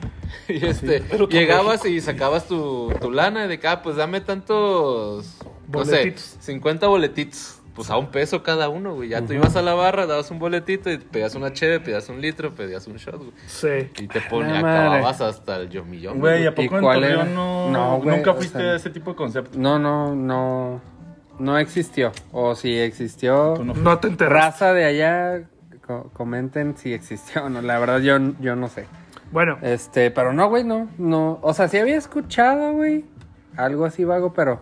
D: Y este,
C: Pero que
D: llegabas y sacabas tu, tu lana y de acá, pues dame tantos,
C: Boletitos.
D: no sé, 50 boletitos. Pues a un peso cada uno, güey. Ya tú ibas a la barra, dabas un boletito y pedías una cheve, pedías un litro, pedías un shot, güey.
C: Sí.
D: Y te ponías,
B: madre.
D: acababas hasta el yo millón.
A: Güey, ¿a
B: ¿Y
A: poco en
B: cuál era?
A: Torreón no,
B: No, güey,
A: nunca
B: o
A: fuiste
B: sea-
A: a ese tipo de concepto?
B: No, no, no. No existió. O si existió.
A: Tú no fuiste.
C: No te enterras.
B: Raza de allá, co- comenten si existió o no. La verdad, yo, yo no sé.
C: Bueno,
B: Este, pero no, güey, no, no. O sea, sí había escuchado, güey, algo así vago, pero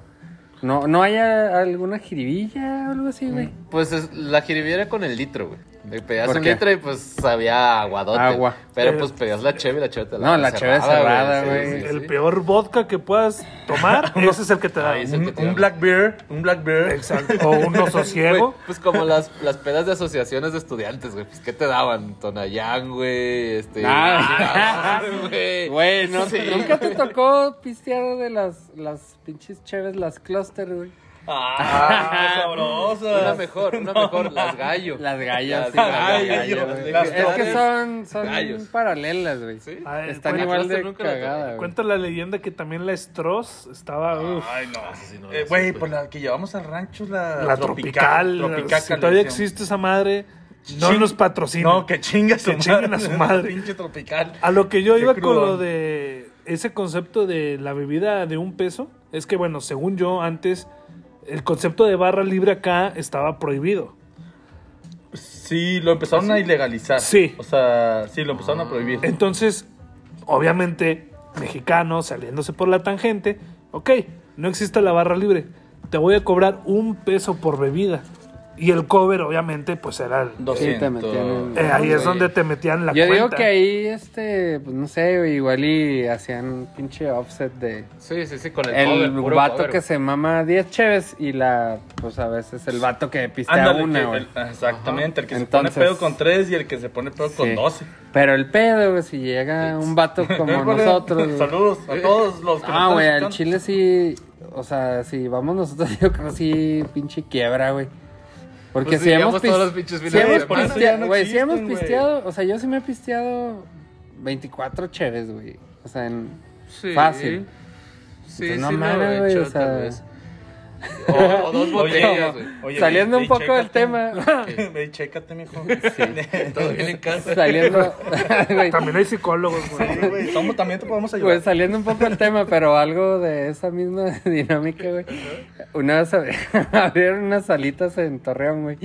B: no, no haya alguna jiribilla o algo así, güey.
D: Pues es- la jiribiera con el litro, güey. Le pedías
B: ¿Por
D: un
B: qué?
D: litro y pues sabía aguadote.
B: Agua.
D: Pero pues pedías la cheve y la cheve te la
B: No, la cheve cerrada,
D: Sí,
B: güey.
D: sí,
C: el
D: sí.
C: peor vodka que puedas tomar, ese es el que te da.
D: Ahí es el que
A: Un,
D: te da.
A: un Black Bear, un Black Bear.
C: Exacto. O un oso ciego.
D: Güey, pues como las, las pedas de asociaciones de estudiantes, güey. Pues, ¿qué te daban? Tonayán, güey, este...
B: Ah.
D: Eh, güey.
B: Güey, no,
D: Sí.
B: nunca te tocó pistear de las, las pinches chéves, las cluster, güey.
A: Ah, sabrosa.
D: Una mejor, una mejor, las gallo.
B: Las gallas,
D: Las
B: sí, las
D: gallo,
B: gallo,
D: las
B: güey. Es
D: legendarias
B: que son, son
D: gallos.
B: paralelas, güey.
D: Sí.
C: Ah, eh,
B: Están
C: cuenta-
B: igual
D: cluster
B: de
D: nunca la
B: cagadas, güey.
C: Cuenta la leyenda que también la Stross
D: Ah,
C: estaba. uf,
A: Ay, no.
D: sí, no,
A: Eh,
D: no
A: Güey,
D: sé, pues.
A: por la que llevamos al rancho, la,
C: la tropical.
A: tropicaca,
C: si
A: le
C: todavía
A: decíamos.
C: existe esa madre, no
A: Ching-
C: nos patrocina.
A: No, que chinga su
C: Que chinguen a su madre. Ah.
A: Pinche tropical.
C: A lo que yo
A: Qué
C: iba con
A: crudo.
C: lo de ese concepto de la bebida de un peso, es que bueno, según yo antes, el concepto de barra libre acá estaba prohibido.
A: Sí, lo empezaron a ilegalizar.
C: Sí. Ah.
A: O sea, sí, lo empezaron a prohibir.
C: Entonces, obviamente, mexicano saliéndose por la tangente, ok, no existe la barra libre, te voy a cobrar un peso por bebida. Y el cover, obviamente, pues era... el-
B: Sí, te
A: 200.
B: metían en-
C: eh, ahí es
D: Sí.
C: donde te metían la
B: Yo
C: cuenta.
B: digo que ahí, este, pues no sé, güey, igual y hacían pinche offset de...
D: Sí, sí, sí, con el,
B: El
D: cover, puro
B: vato
D: cover,
B: que
D: güey.
B: se mama 10 cheves y la, pues a veces el vato que pistea
A: Ándale,
B: una,
A: que
B: güey.
A: el- exactamente, el que
B: Entonces-
A: se pone pedo con 3 y el que se pone pedo
B: Sí.
A: con 12.
B: Pero el pedo, güey, si llega un vato como
A: Híjole,
B: nosotros. güey.
A: Eh, Saludos a todos los que nos
B: Ah,
A: están
B: güey, al
A: escuchando.
B: chile sí, o sea, si vamos nosotros, yo creo sí, pinche quiebra, güey. Porque
D: Pues
B: si
D: sí,
B: hemos
D: vamos todos los
B: pis-
D: pinches
B: si
D: fines de
B: hemos
A: Ya
D: semana.
A: no
B: pisteado, güey, si
A: existen,
B: hemos
A: güey.
B: pisteado, o sea, yo sí me he pisteado 24 cheves, güey. O sea, en
D: Sí.
B: fácil.
D: Sí,
B: Pues
D: sí,
B: no
D: no,
B: mames,
D: de
B: güey,
D: hecho,
B: o sea-
D: tal vez. O, o dos botellas, güey.
A: Oye,
B: Saliendo
A: ve-
B: un
A: ve y
B: poco del
A: chécate.
B: tema.
A: Ve y chécate, mijo.
D: Todo bien en casa.
B: saliendo, güey,
C: También hay psicólogos, güey.
A: Güey, somos- también te podemos ayudar.
B: Pues saliendo un poco del tema, pero algo de esa misma dinámica, güey. Una vez ab- abrieron unas salitas en Torreón, güey,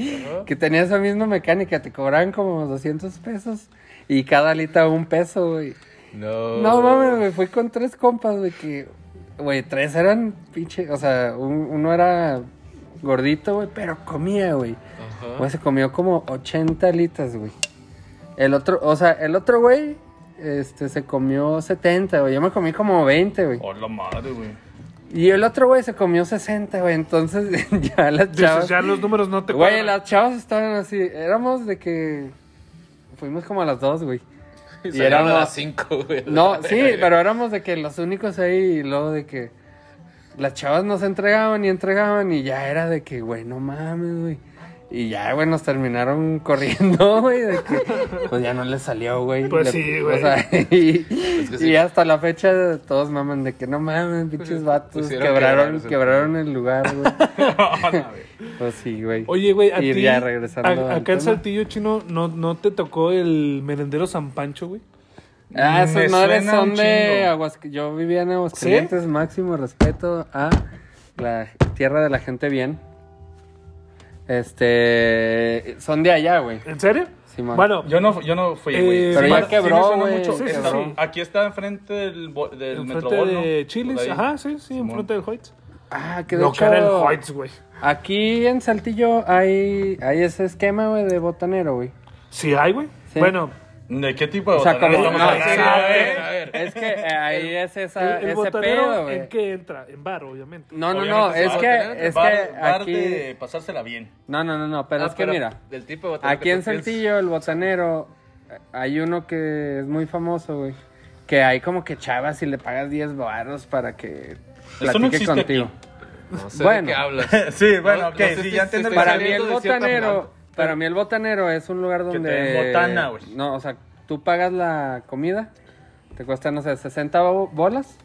B: que tenía esa misma mecánica, te cobraban como 200 pesos y cada alita un peso, güey.
D: No.
B: No mames, güey, fui con tres compas de que, güey, tres eran pinche, o sea, un- uno era gordito, güey, pero comía, güey.
D: Ajá.
B: Güey, se comió como 80 alitas, güey. El otro, o sea, el otro güey, este, se comió 70, güey. Yo me comí como 20, güey.
A: Hola madre, güey.
B: Y el otro güey se comió 60, güey. Entonces, ya las
C: Dices,
B: chavas...
C: ya los números no te
B: Güey,
C: cuadran.
B: las chavas estaban así. Éramos de que... Fuimos como a las dos, güey.
D: Y
B: Y
D: eran
B: éramos-
D: las 5, güey.
B: No, sí, pero éramos de que los únicos ahí y luego de que las chavas nos entregaban y entregaban y ya era de que, güey, no mames, güey. Y ya, güey, nos terminaron corriendo, güey, de que pues ya no les salió, güey.
C: Pues
B: Le-
C: sí,
B: o
C: güey.
B: sea, y,
D: que sí. Pues,
B: y hasta la fecha todos maman de que no mames, pinches vatos,
D: Pusieron
B: quebraron,
D: quebrados el
B: quebraron el lugar, güey. pues sí, güey.
C: Oye, güey, a
B: Y
C: ti,
B: ya regresando
C: a-
B: al
C: acá en
B: tema.
C: Saltillo Chino, ¿no, ¿no te tocó el merendero San Pancho, güey?
A: Me
B: Ah, esas madres
A: suena
B: son
A: un
B: de
A: chingo.
B: Aguascalientes. Yo vivía en Aguascalientes, máximo respeto a la tierra de la gente bien. Este. Son de allá, güey.
C: ¿En serio?
B: Simón.
C: bueno,
A: Yo no, yo no fui,
C: Eh,
A: güey.
C: pero ya
A: me-
B: quebró,
A: me suena
B: güey,
A: mucho.
C: sí,
A: Está-
C: sí.
A: Aquí está enfrente del, bo- del
C: enfrente
A: Metrobol, ¿no?
C: de
A: Por
C: Chilis,
A: ahí.
C: ajá, sí, sí,
A: Simón.
C: enfrente del Hoyts.
B: Ah, que de
C: Lo
B: hecho,
C: que era el Hoyts, güey.
B: Aquí en Saltillo hay, hay ese esquema, güey, de botanero, güey.
C: Sí hay, güey.
B: Sí.
C: Bueno,
A: ¿De qué tipo de
B: O sea,
A: botanero
B: como-
A: estamos
B: no,
A: hablando,
B: sí,
A: güey?
B: güey.
D: a ver.
B: Es que eh, ahí es
C: el,
B: esa,
C: el
B: ese
C: botanero,
B: pedo,
C: ¿en
B: güey.
C: qué entra? En bar, obviamente.
B: No, no, no,
A: Obviamente,
B: es
A: sí, botanero,
B: que, es
A: bar-
B: que
A: bar
B: aquí.
A: de pasársela bien.
B: No, no, no, no, pero
D: Ah,
B: es que mira.
D: Del tipo de botella
B: Aquí
D: que
B: en
D: tú piensas.
B: Saltillo, el botanero, eh, hay uno que es muy famoso, güey. que hay como que chavas y le pagas 10 baros para que
A: no
B: platique
A: existe
B: contigo.
D: No sé
B: Bueno.
D: de qué hablas.
A: Sí, bueno,
D: No,
A: ok,
D: no sé
A: sí,
D: si
A: ya
D: estoy
A: entiendo. el
B: Para mí
A: concepto.
B: el
D: Saliendo de cierta
B: botanero,
D: planta.
B: para mí el botanero es un lugar
A: te
B: donde
A: den botana, güey.
B: No, o sea, tú pagas la comida, te cuesta no sé, 60 bo- bolas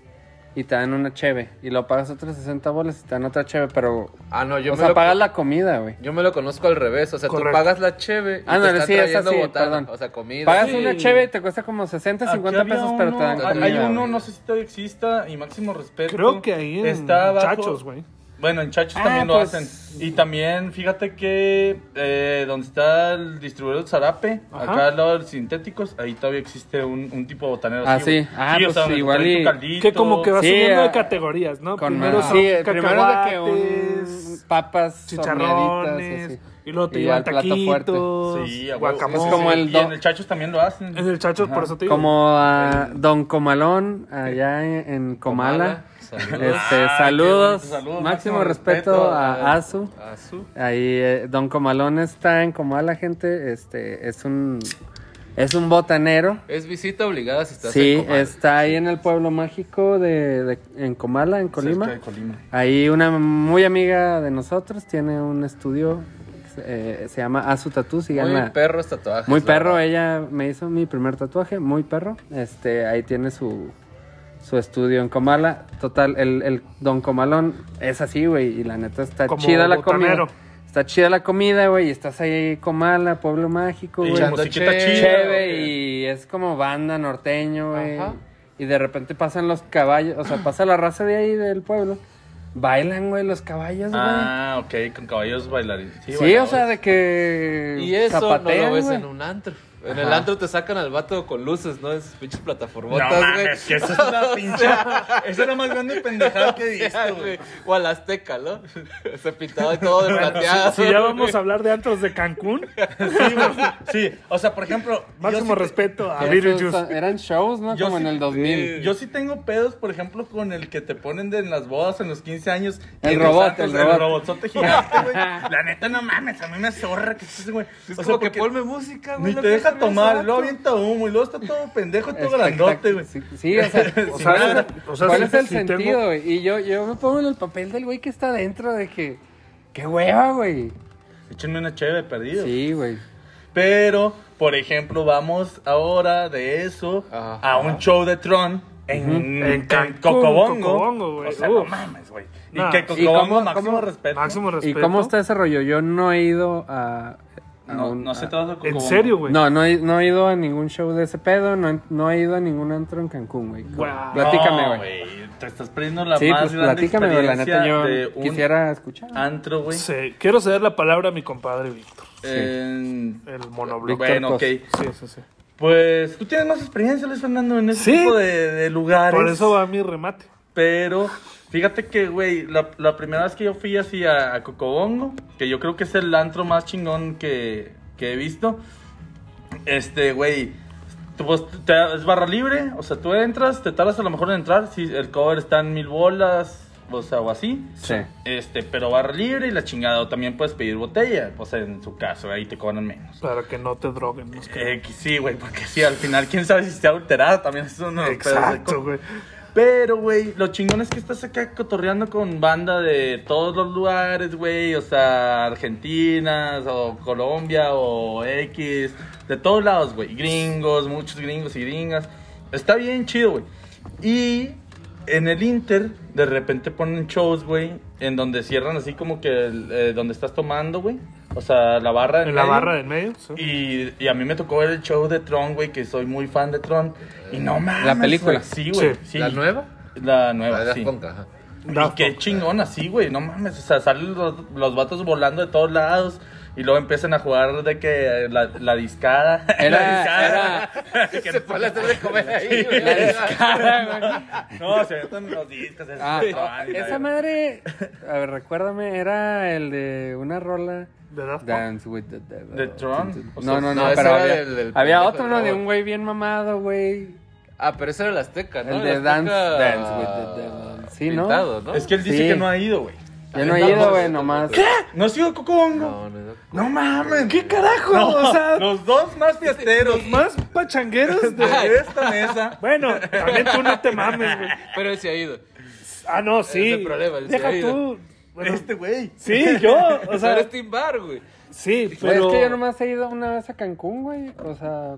B: y te dan una cheve y lo pagas otras 60 bolas y te dan otra cheve, pero
D: Ah, no, yo
B: o
D: me
B: sea,
D: lo
B: pagas la comida, güey.
D: Yo me lo conozco al revés, o sea,
C: Correcto.
D: tú pagas la cheve y
B: Ah,
D: te
B: no,
D: están
B: sí, es
D: trayendo
B: así,
D: botana,
B: perdón.
D: o sea, comida.
B: Pagas
A: Sí.
B: una cheve y te cuesta como 60,
A: Aquí
B: 50
A: había
B: pesos, pero te dan
A: uno-
B: comida.
A: Hay uno,
B: güey.
A: no sé si todavía exista, y máximo respeto.
C: Creo que ahí en
A: está abajo-
C: Chachos, güey.
A: Bueno, en Chachos
B: Ah,
A: también lo
B: pues.
A: hacen. Y también, fíjate que eh, donde está el distribuidor de Zarape,
C: Ajá.
A: acá al lado de los sintéticos, ahí todavía existe un, un tipo de botanero
B: Ah,
A: así.
B: sí.
A: güey.
B: Ah, pues,
A: donde te
B: igual
A: traen tu
B: y-
A: caldito.
C: Que como que va
B: Sí,
C: subiendo de
B: ah,
C: categorías, ¿no?
B: Con
C: Primero
B: más-
C: son
B: sí, primero de que
C: cacahuates,
B: un papas horneaditas,
C: chicharrones,
B: así.
C: y luego te
B: Y
C: llevan
B: al plato fuerte.
C: taquitos,
A: Sí, a huevo.
C: guacamole.
B: Es como el
A: Y
B: do-
A: en el Chachos también lo hacen.
C: En el Chacho, por eso te digo.
B: Como a Don Comalón allá en, en Comala.
D: Saludos.
B: Este,
A: Ah,
B: saludos,
A: qué bonito, saludos,
B: máximo, respeto, a Azu.
D: Azu.
B: Ahí eh, Don Comalón está en Comala, gente. Este es un es un botanero.
D: Es visita obligada si estás
B: Sí,
D: en Comala.
B: está ahí en el pueblo mágico de, de- en Comala, en
A: Cerca de
B: Colima.
A: Colima.
B: Ahí una muy amiga de nosotros tiene un estudio eh, se llama Azu Tatú,
D: Muy
B: síganla.
D: perro este tatuaje.
B: Muy
D: la
B: perro,
D: verdad.
B: ella me hizo mi primer tatuaje, muy perro. Este, ahí tiene su, su estudio en Comala. Total, el, el Don Comalón es así, güey, y la neta está
C: Como
B: chida la
C: botanero.
B: comida. Está chida la comida, güey, y estás ahí Comala, pueblo mágico,
A: Y
B: Pues, güey.
D: Echando
A: musiquita
D: cheve,
A: chida.
B: Cheve
A: güey.
B: y es como banda norteño, güey.
D: Ajá.
B: Y de repente pasan los caballos, o sea, pasa la raza de ahí del pueblo. Bailan, güey, los caballos, güey.
A: Ah, ok, con caballos bailarines.
B: sí, o
A: bailadores.
B: sea, de que
D: Y eso no
B: zapatean,
D: lo ves
B: güey.
D: en un antro. En
B: Ajá.
D: el antro te sacan al vato con luces, ¿no? Esas pinches
A: No
D: plataformotas, güey.
A: mames, que esa es una pinche. Esa es la más grande pendejada que he
D: Ya,
A: visto, güey.
D: güey. O al Azteca, ¿no? Se pintaba y todo de plateado.
C: Si ya vamos a hablar de antros de Cancún,
A: Sí, güey. Sí, o sea, por ejemplo. yo
C: máximo
A: sí te-
C: respeto a
B: Esos
C: Beetlejuice.
B: son- Eran shows, ¿no?
A: Yo
B: Como
A: sí-
B: en el 2000.
A: Yo sí tengo pedos, por ejemplo, con el que te ponen de, en las bodas en los 15 años.
B: El
A: Y los
B: robot,
A: santos,
B: el robot.
A: robotzote gigante, güey. La neta, no mames, a mí me zorra que estés, güey.
D: Es
A: O sea,
D: como que
A: porque
D: ponme música, güey.
A: Ni
D: la
A: te deja
D: fiesta me hace
A: tomar,
D: vato.
A: luego avienta humo y luego está todo pendejo, todo
B: Espectac-
A: grandote, güey.
B: Sí, sí, o sea,
A: O sea,
B: ¿cuál,
A: nada.
B: es, el-
C: O sea,
B: cuál
C: sí,
B: es el
C: sí tengo-
B: sentido, güey? Y yo, yo me pongo en el papel del güey que está adentro de que, qué hueva, güey.
A: Échenme una chévere perdido.
B: Sí, güey.
A: Pero, por ejemplo, vamos ahora de eso
D: Ajá.
A: a un show de Tron en,
C: En
A: en
C: Cancún,
A: Cocobongo.
C: Cocobongo, güey.
A: O sea, no
C: Uf.
A: mames, güey. Y
C: Nah.
A: que
C: ¿Y
A: Cocobongo,
B: cómo-
A: máximo
B: cómo-
A: respeto.
C: Máximo respeto.
B: ¿Y cómo está ese rollo? Yo no he ido a... a
A: No,
B: un-
A: no se
B: a-
A: trata de Cocobongo.
C: En serio, güey.
B: No, no he, no he ido a ningún show de ese pedo, no, he- no he ido a ningún antro en Cancún, güey.
C: Wow.
B: Platícame,
A: No,
B: güey.
A: Te estás perdiendo la
B: Sí,
A: más
B: pues
A: grande
B: platícame, güey. La
A: experiencia
B: neta, yo
A: de un
B: quisiera escuchar.
A: antro, güey.
C: Sí, quiero ceder la palabra a mi compadre Víctor,
A: En-
C: el monobloco.
A: Bueno, ok.
B: Víctor
C: Sí, sí, sí.
A: Pues tú tienes más experiencia, Luis Fernando, en ese
C: Sí.
A: tipo de, de lugares.
C: Por eso va mi remate.
A: Pero fíjate que, güey, la, la primera vez que yo fui así a, a Cocobongo, que yo creo que es el antro más chingón que, que he visto, este, güey, tú, pues, te- es barra libre, o sea, tú entras, te tardas a lo mejor en entrar, si el cover está en mil bolas, o sea, o así.
B: Sí.
A: Este, pero barra libre y la chingada, o también puedes pedir botella, o sea, en su caso, ahí te cobran menos.
C: Para que no te droguen. no es que-
A: Eh, que sí, güey, porque sí, al final, quién sabe si está alterado, también es uno de los pedos de
C: Exacto,
A: Coco.
C: güey.
A: Pero, güey, lo chingón es que estás acá cotorreando con banda de todos los lugares, güey. O sea, Argentinas, o Colombia, o X. De todos lados, güey. Gringos, muchos gringos y gringas. Está bien chido, güey. Y en el Inter, de repente ponen shows, güey. En donde cierran así como que el, eh, donde estás tomando, güey. O sea, la barra.
C: En la
A: medio.
C: barra del medio. sí.
A: Y, y a mí me tocó ver el show de Tron, güey, que soy muy fan de Tron. Y no mames.
B: La película.
A: güey, Sí, güey.
C: Sí.
A: sí.
D: ¿La nueva?
A: La
D: La de
A: nueva,
D: Daft
A: sí.
D: Punk, ajá.
A: Y
C: Daft
A: qué
C: Punk.
A: chingón así, güey. No mames. O sea, salen los, los vatos volando de todos lados. Y luego empiezan a jugar de que la, la discada. la
B: Era,
A: discada.
B: era,
A: Que
D: Se fue a la hacer de comer ahí,
B: la
D: güey.
B: discada, güey.
A: No, se meten los discos. se
B: Ah,
A: meten a tronar y la
B: esa
A: verga.
B: madre, a ver, recuérdame, era el de una rola.
C: De Daft Punk.
B: Dance with the Devil.
A: ¿De Tron? O sea,
B: No, no, no,
D: no, ese
B: pero
D: era
B: había,
D: el del
B: había
D: pendejo
B: otro,
D: del
B: ¿no? De
D: robot.
B: un güey bien mamado, güey.
D: Ah, pero ese era el Azteca, ¿no?
B: El de Dance-
D: Azteca
B: Dance with the Devil. Sí, ¿no?
D: pintado, ¿no?
A: Es que él dice
B: Sí.
A: que no ha ido, güey.
B: Yo no he ido, güey, nomás.
A: ¿No has sido Coco Bongo?
D: No, no, no.
A: No mames.
C: ¿Qué carajo?
A: No,
C: o sea,
A: los dos más fiesteros, más
C: más pachangueros de...
A: de esta mesa.
C: Bueno, también tú no te mames, güey.
D: Pero él se ha ido.
C: Ah, no, sí.
D: Es el problema, el
C: Deja
D: sonido.
C: tú. Bueno,
A: Este güey.
C: Sí, yo. O
D: O sea,
C: sea,
D: eres Team Bar, güey.
A: pues
C: sí,
B: Güey,
C: pero.
B: Es que yo nomás he ido una vez a Cancún, güey. O sea,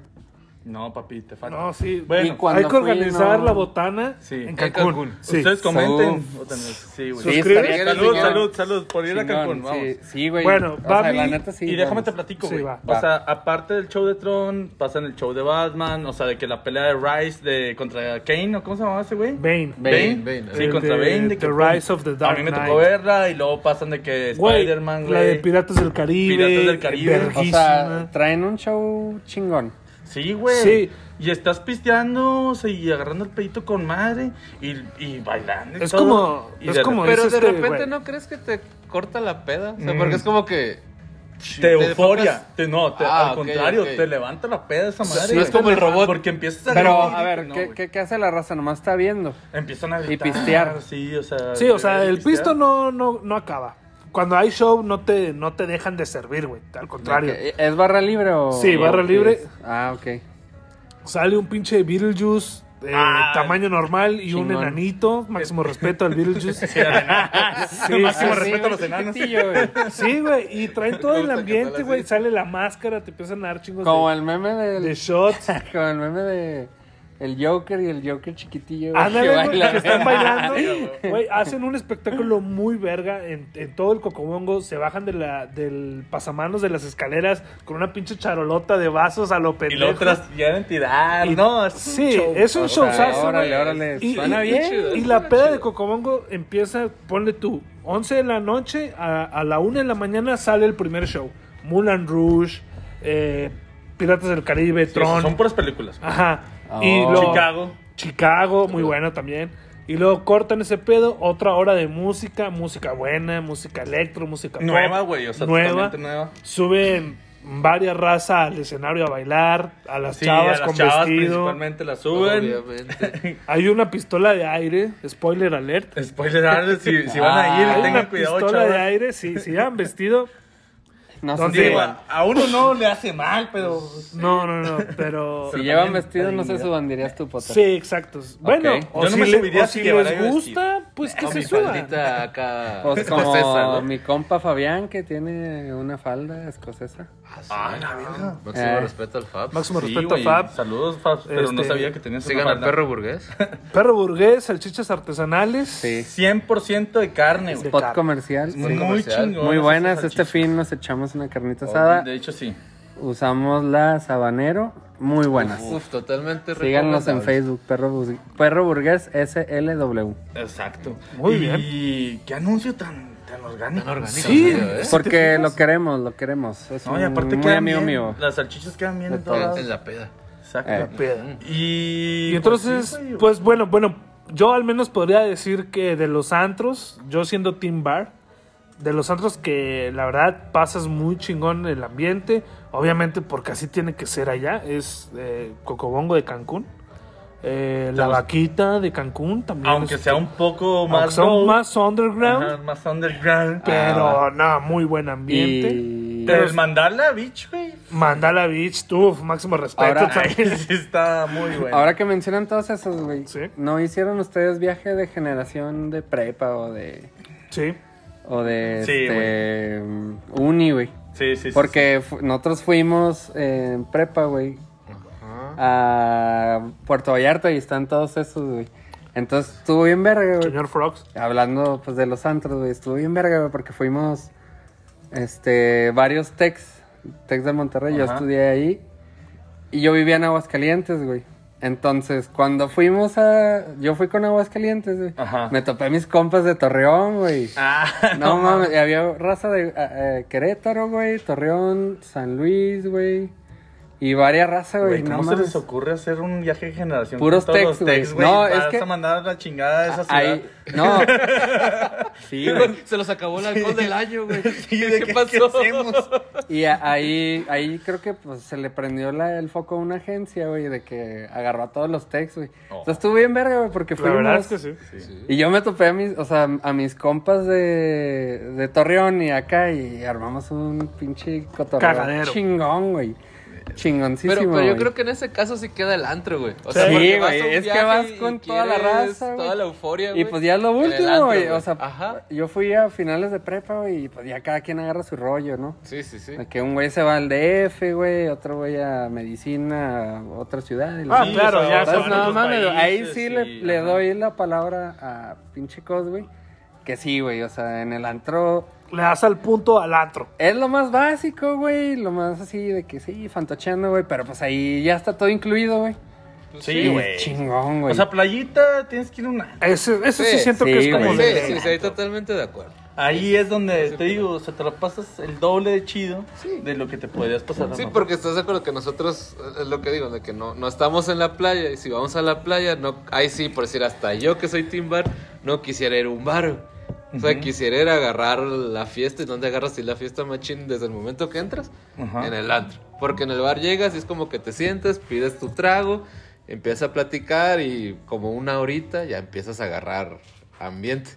A: No, papi, te falta.
C: No, sí.
A: Bueno,
B: Y cuando
C: Hay que
B: fui,
C: organizar
B: no.
C: la botana
A: Sí.
C: en
A: En
C: Cancún.
D: Cancún.
C: Sí.
A: ustedes comenten.
B: Uf.
A: Otra vez. Sí, güey.
B: Sí,
C: ¿Suscribes?
B: estaría
A: Salud,
B: chingón.
A: salud, salud por ir a Cancún,
B: Chingón,
A: vamos.
B: sí, Sí, güey.
C: Bueno,
B: O sea,
C: Babi-
B: la neta sí,
A: y déjame
B: vamos.
A: te platico,
C: Sí,
A: güey.
C: va.
A: o sea, aparte del show de Tron, pasa en el show de Batman, o sea, de que la pelea de Rice de contra Kane, ¿o cómo se llamaba ese güey?
C: Bane.
B: Bane.
D: Bane,
A: Sí,
C: eh.
A: contra
C: The-
A: Bane.
C: The
A: que-
C: Rise of the Dark
A: A mí me
C: Knight.
A: tocó verla y luego pasan de que
C: Güey,
A: Spider-Man,
C: la de
A: güey.
C: Piratas del Caribe.
A: Piratas del Caribe.
B: O
C: verguísima.
B: sea, traen un show chingón.
A: Sí, güey.
C: Sí.
A: Y estás pisteando o sea, y agarrando el pedito con madre y, y bailando. y
C: Es
A: todo.
C: como-
A: Y
C: es
A: de
C: como-
A: repente
D: Pero
C: es
D: de
C: este,
D: repente
C: güey.
D: no crees que te corta la peda. O sea,
A: Mm.
D: porque es como que.
A: Te euforia.
D: enfocas-
A: Te, no, te-
D: Ah,
A: al
D: ok,
A: contrario,
D: ok.
A: te levanta la peda esa madre.
D: no
A: güey.
D: es como el robot.
A: Porque empiezas a.
B: Pero,
A: reír,
B: a ver,
A: no,
B: ¿qué,
A: güey.
B: qué, qué hace la raza? Nomás está viendo.
A: Empiezan a
B: Y
A: gritar,
B: pistear.
A: Sí, o sea.
C: Sí, o sea, el pisto
A: pistear.
C: no, no, no acaba. Cuando hay show, no te, no te dejan de servir, güey. Al contrario.
B: Ok, ¿Es barra libre o.?
C: Sí, barra
B: o-
C: libre.
B: Ah, ok.
C: Sale un pinche Beetlejuice de
A: Ah,
C: tamaño normal y un
B: chingón.
C: enanito. Máximo respeto al Beetlejuice. sí,
A: Máximo
C: sí,
A: respeto
B: güey,
A: a los enanos.
B: chiquitillo, güey.
C: Sí, güey. Y traen todo
D: Me
C: el
D: gusta que
C: ambiente,
D: hablas
C: güey.
D: así.
C: Sale la máscara, te empiezan a dar chingos
B: Como
C: de,
B: el meme
C: de
B: del.
C: shots.
B: Como el meme de. El Joker y el Joker chiquitillo. güey,
C: Ándale,
B: que
C: güey,
B: baila,
C: que están
B: güey.
C: bailando. Güey, hacen un espectáculo muy verga en, en todo el Cocobongo. Se bajan de la, del pasamanos de las escaleras con una pinche charolota de vasos a lo
A: Y
C: pendejo.
A: la otra ya identidad.
C: Y-
A: No, es un
C: sí,
A: show.
C: es un showzazo.
B: Órale,
C: güey.
B: órale,
C: Y,
B: suena
C: y-
B: bien.
C: y
A: eh,
C: la peda de Cocobongo empieza, ponle tú, 11 de la noche a, a la 1 de la mañana sale el primer show. Mulan Rouge, eh, Piratas del Caribe,
A: Sí,
C: Tron. Ah,
A: Son puras películas.
C: Ajá. y
B: Oh.
C: luego-
A: Chicago.
C: Chicago, muy bueno también. Y luego cortan ese pedo, otra hora de música, música buena, música electro, música pop,
A: Nueva, güey. O sea,
C: nueva.
A: totalmente nueva.
C: Suben varias razas al escenario a bailar, a las
A: Sí,
C: chavas
A: a las
C: con
A: chavas
C: vestido.
A: principalmente las suben.
D: Obviamente.
C: Hay una pistola de aire, spoiler alert.
A: Spoiler alert, si, si van a ir,
B: Ah,
C: Hay
A: tengan
C: una
A: cuidado,
C: pistola de
A: chavos.
C: aire, sí, si han vestido.
B: No sé
C: ¿Dónde
B: si-
A: Digo, a, a uno no le hace mal, pero...
C: No, no, no, pero...
B: Si
A: Pero
B: llevan
A: también
B: vestido, no sé,
A: dignidad.
B: subandirías tu pota.
C: Sí, exacto. Bueno,
A: Yo
C: o
A: no
C: si,
A: me
C: le-
A: subiría
C: o
A: si
C: si
A: llevara
C: les
A: yo
C: gusta, pues que
D: Con
C: se
D: mi
C: suban.
D: faldita acá.
B: Pues como
D: escocesa, ¿no?
B: mi compa Fabián, que tiene una falda escocesa.
A: Ah, la verga.
D: Máximo
B: Eh.
D: respeto al Fab.
C: Máximo
A: Sí,
C: respeto a
A: güey,
C: Fab.
A: Saludos, Fab, pero no
C: Este,
A: sabía que tenías
D: Sigan
A: una
D: al
A: falda.
D: perro burgués.
C: Perro burgués, salchichas artesanales.
B: Sí.
A: 100% de carne, güey.
C: De
B: Spot
C: carne.
B: comercial.
A: Muy
B: sí.
D: comercial.
A: chingón.
B: Muy
A: esas
B: buenas. Este
A: salchichas.
B: fin nos echamos una carnita
A: Oh,
B: asada.
A: De hecho, sí.
B: Usamos las habanero. Muy buenas.
D: Uf, totalmente
B: Síganos en
D: recomendable.
B: Facebook, Perro, Bus- Perro Burgués SLW.
A: Exacto.
C: Muy
A: y,
C: bien.
A: qué anuncio tan, tan orgánico.
D: Tan orgánico,
C: Sí.
D: en serio, ¿eh?
B: Porque lo queremos, lo queremos. Es
A: No,
B: un
A: y aparte
B: muy
A: quedan
B: amigo
A: bien,
B: mío.
A: Las salchichas quedan bien
B: De
A: en todos
B: todos.
A: lados.
D: En la peda.
A: Exacto.
B: Eh.
C: Pedo.
A: Y,
C: Y entonces,
A: sí, güey,
C: pues bueno, bueno, yo al menos podría decir que de los antros, yo siendo Team Bar, de los antros que la verdad pasas muy chingón el ambiente, obviamente porque así tiene que ser allá, es eh, Cocobongo de Cancún, eh, La
A: Estamos-
C: Vaquita de Cancún también.
A: aunque
C: es-
A: sea un poco
C: aunque
A: más
C: sea un
A: low,
C: más underground,
A: ajá, más underground.
C: pero no, muy buen ambiente.
B: Ah. Y
A: Pero el Mandala Beach, güey.
C: Mandala Beach, tú, máximo respeto.
B: Ahora-
C: también.
A: sí está muy bueno.
B: ahora que mencionan todos esos, güey,
C: Sí.
B: ¿no hicieron ustedes viaje de generación de prepa o de,
C: sí.
B: o de
A: Sí,
B: este, uni, güey?
A: sí, sí, sí.
B: Porque fu- nosotros fuimos en prepa, güey, a Puerto Vallarta y están todos esos, güey. Entonces estuvo bien verga, güey.
C: Señor Frogs.
B: Hablando pues de los antros, güey, estuvo bien verga, güey, porque fuimos este varios techs, techs de Monterrey, yo
A: Ajá.
B: estudié ahí y yo vivía en Aguascalientes, güey. Entonces, cuando fuimos a yo fui con Aguascalientes, güey.
A: Ajá.
B: Me topé a mis compas de Torreón, güey.
A: Ah,
B: No mames, y eh, había raza de ah, eh, Querétaro, güey, Torreón, San Luis, güey. Y varias razas, güey.
A: Güey,
B: No
A: ¿cómo se
B: mames.
A: les ocurre hacer un viaje de generación?
B: Puros
A: con todos
B: tex,
A: los tex,
B: güey.
A: güey.
B: No,
A: Vas
B: es que-
A: a mandar la chingada de esa ciudad.
B: Ahí- no. Sí, güey.
D: Se los acabó el alcohol del año, güey.
A: Sí, ¿de
D: ¿Qué
A: qué-
D: pasó?
A: qué hacemos?
B: Y a- ahí, ahí creo que pues, se le prendió la- el foco a una agencia, güey, de que agarró a todos los techs, güey. O sea, estuvo bien verga, güey, porque
C: La verdad es
B: fuimos...
C: que sí.
B: Y yo me topé a mis, o sea, a mis compas de, de Torreón y acá y armamos un pinche cotorreo
C: Cagadero.
B: chingón, güey. Chingoncísimo.
D: Pero, pero yo
B: güey.
D: creo que en ese caso sí queda el antro, güey. O
B: Sí,
D: porque vas a
B: güey,
D: un
B: es que
D: viaje
B: vas
D: y
B: con toda la
D: quieres
B: raza,
D: Toda
B: güey.
D: la euforia, güey.
B: Y pues ya lo
D: en el
B: último,
D: antro,
B: güey. O sea,
D: Ajá.
B: yo fui a finales de prepa, güey, y pues ya cada quien agarra su rollo, ¿no?
D: Sí, sí, sí.
B: De que un güey se va al DF, güey, otro güey a medicina, a otra ciudad. y la-
C: Ah, claro,
A: o sea,
C: ya
A: vas
C: son
B: Entonces,
A: a
B: no
A: otros
B: mames, güey, ahí
A: países
B: sí
A: y-
B: le, le
A: ajá.
B: doy la palabra a pinche Cos, güey. Que sí, güey, o sea, en el antro
C: Le das al punto al antro.
B: es lo más básico, güey, lo más así de que sí, fantocheando, güey, pero pues ahí ya está todo incluido, güey.
D: Pues
A: Sí, güey.
B: Chingón, güey.
A: O sea, playita, tienes que ir a una...
C: Ese, ese sí,
D: Sí,
C: siento
B: sí,
C: que es como.
B: güey.
C: de-
D: Sí, sí, sí, ahí totalmente de acuerdo.
A: Ahí es donde, te digo, o sea, te la pasas el doble de chido de pues, lo que te podrías pasar.
D: Sí,
A: ¿no?
D: porque estás de acuerdo que nosotros, eh, es lo que digo, de que no, no estamos en la playa y si vamos a la playa, no, ahí sí, por decir, hasta yo que soy team bar, no quisiera ir a un bar. O sea, quisiera ir a agarrar la fiesta y donde agarras si la fiesta machín desde el momento que entras,
A: Ajá.
D: en el antro. Porque en el bar llegas y es como que te sientas, pides tu trago, empiezas a platicar y como una horita ya empiezas a agarrar ambiente.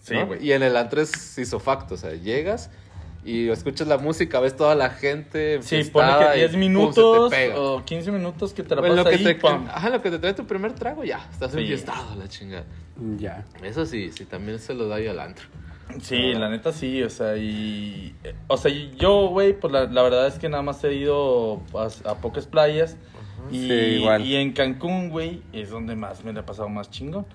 A: Sí,
D: ¿no?
A: güey.
D: Y en el antro es isofacto, o sea, llegas y escuchas la música, ves toda la gente.
A: Sí, pone
D: enfiestada
A: que
D: y,
A: 10
D: pum,
A: minutos
D: se te pega.
A: o 15 minutos que te la pasas
D: En lo que
A: ahí,
D: te-
A: pam.
D: ajá, en lo que te trae tu primer trago, ya, estás
A: Sí.
D: enfiestado, la chingada.
B: ya.
D: Eso sí, sí, también se lo da yo al antro.
A: Sí, la neta sí, o sea, y... eh, O sea, y yo, güey, pues la, la verdad es que nada más he ido a, a pocas playas. Y,
B: Sí, igual.
A: y en Cancún, güey, es donde más me la he pasado más chingón.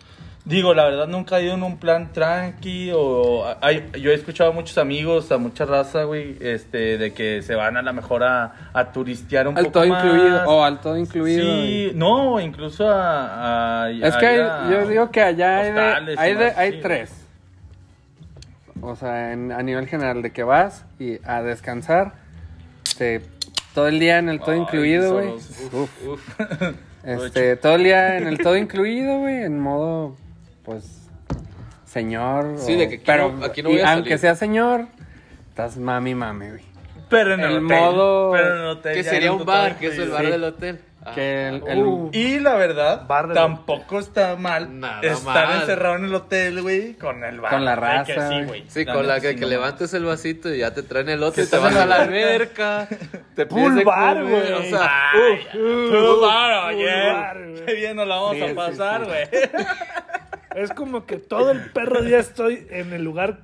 A: Digo, la verdad nunca he ido en un plan tranqui o... hay- yo he escuchado a muchos amigos, a mucha raza, güey, este, de que se van a la mejor a, a turistear un
B: Al
A: poco
B: todo
A: más.
B: incluido, o al todo incluido.
A: Sí,
B: güey.
A: no, incluso a... a-
B: Es
A: a
B: que
A: ir
B: hay-
A: a
B: yo digo que allá hay, de-
A: hostales y
B: hay, de-
A: más,
B: hay
A: sí, güey.
B: tres. O sea, en- a nivel general, de que vas y a descansar te- todo el día en el todo
A: Ay,
B: incluido, güey.
A: solos, uf,
B: Uf.
D: Uf,
B: Este, todo el día en el todo incluido, güey, en modo, pues, señor.
D: Sí, de que aquí
B: pero,
D: no- aquí no
B: y
D: voy a
B: Aunque
D: salir.
B: sea señor, estás mami, mami, güey.
A: Pero en el,
B: El
A: hotel,
B: modo-
A: Pero en el hotel.
D: que
A: ya
D: sería
A: en
D: un
A: tu
D: bar,
A: trabajo,
D: que es el
A: sí.
D: bar del hotel. Ah,
B: que el,
C: ah,
B: el-
C: uh.
A: Y la verdad,
C: Bar del-
A: tampoco está mal
D: Nada
A: estar
D: mal.
A: encerrado en el hotel, güey, con el bar.
B: Con la
A: Ay,
B: raza,
A: que sí,
B: güey.
A: güey.
D: Sí, con la
A: neta,
D: que,
A: sí,
D: que
A: no.
D: levantes el vasito y ya te traen el
A: Que
D: otro y te
A: estás
D: vas
A: en
D: a la
A: la
D: alberca. Te
C: Pool
D: pides
C: bar, güey.
D: O sea,
A: Ay,
C: Uf, uf,
A: tu
C: uf,
A: bar,
C: tu
A: oye.
C: bar, güey.
A: Qué bien nos la vamos
B: Sí,
A: a
B: sí,
A: pasar,
B: sí.
A: güey.
C: Es como que todo el perro día estoy en el lugar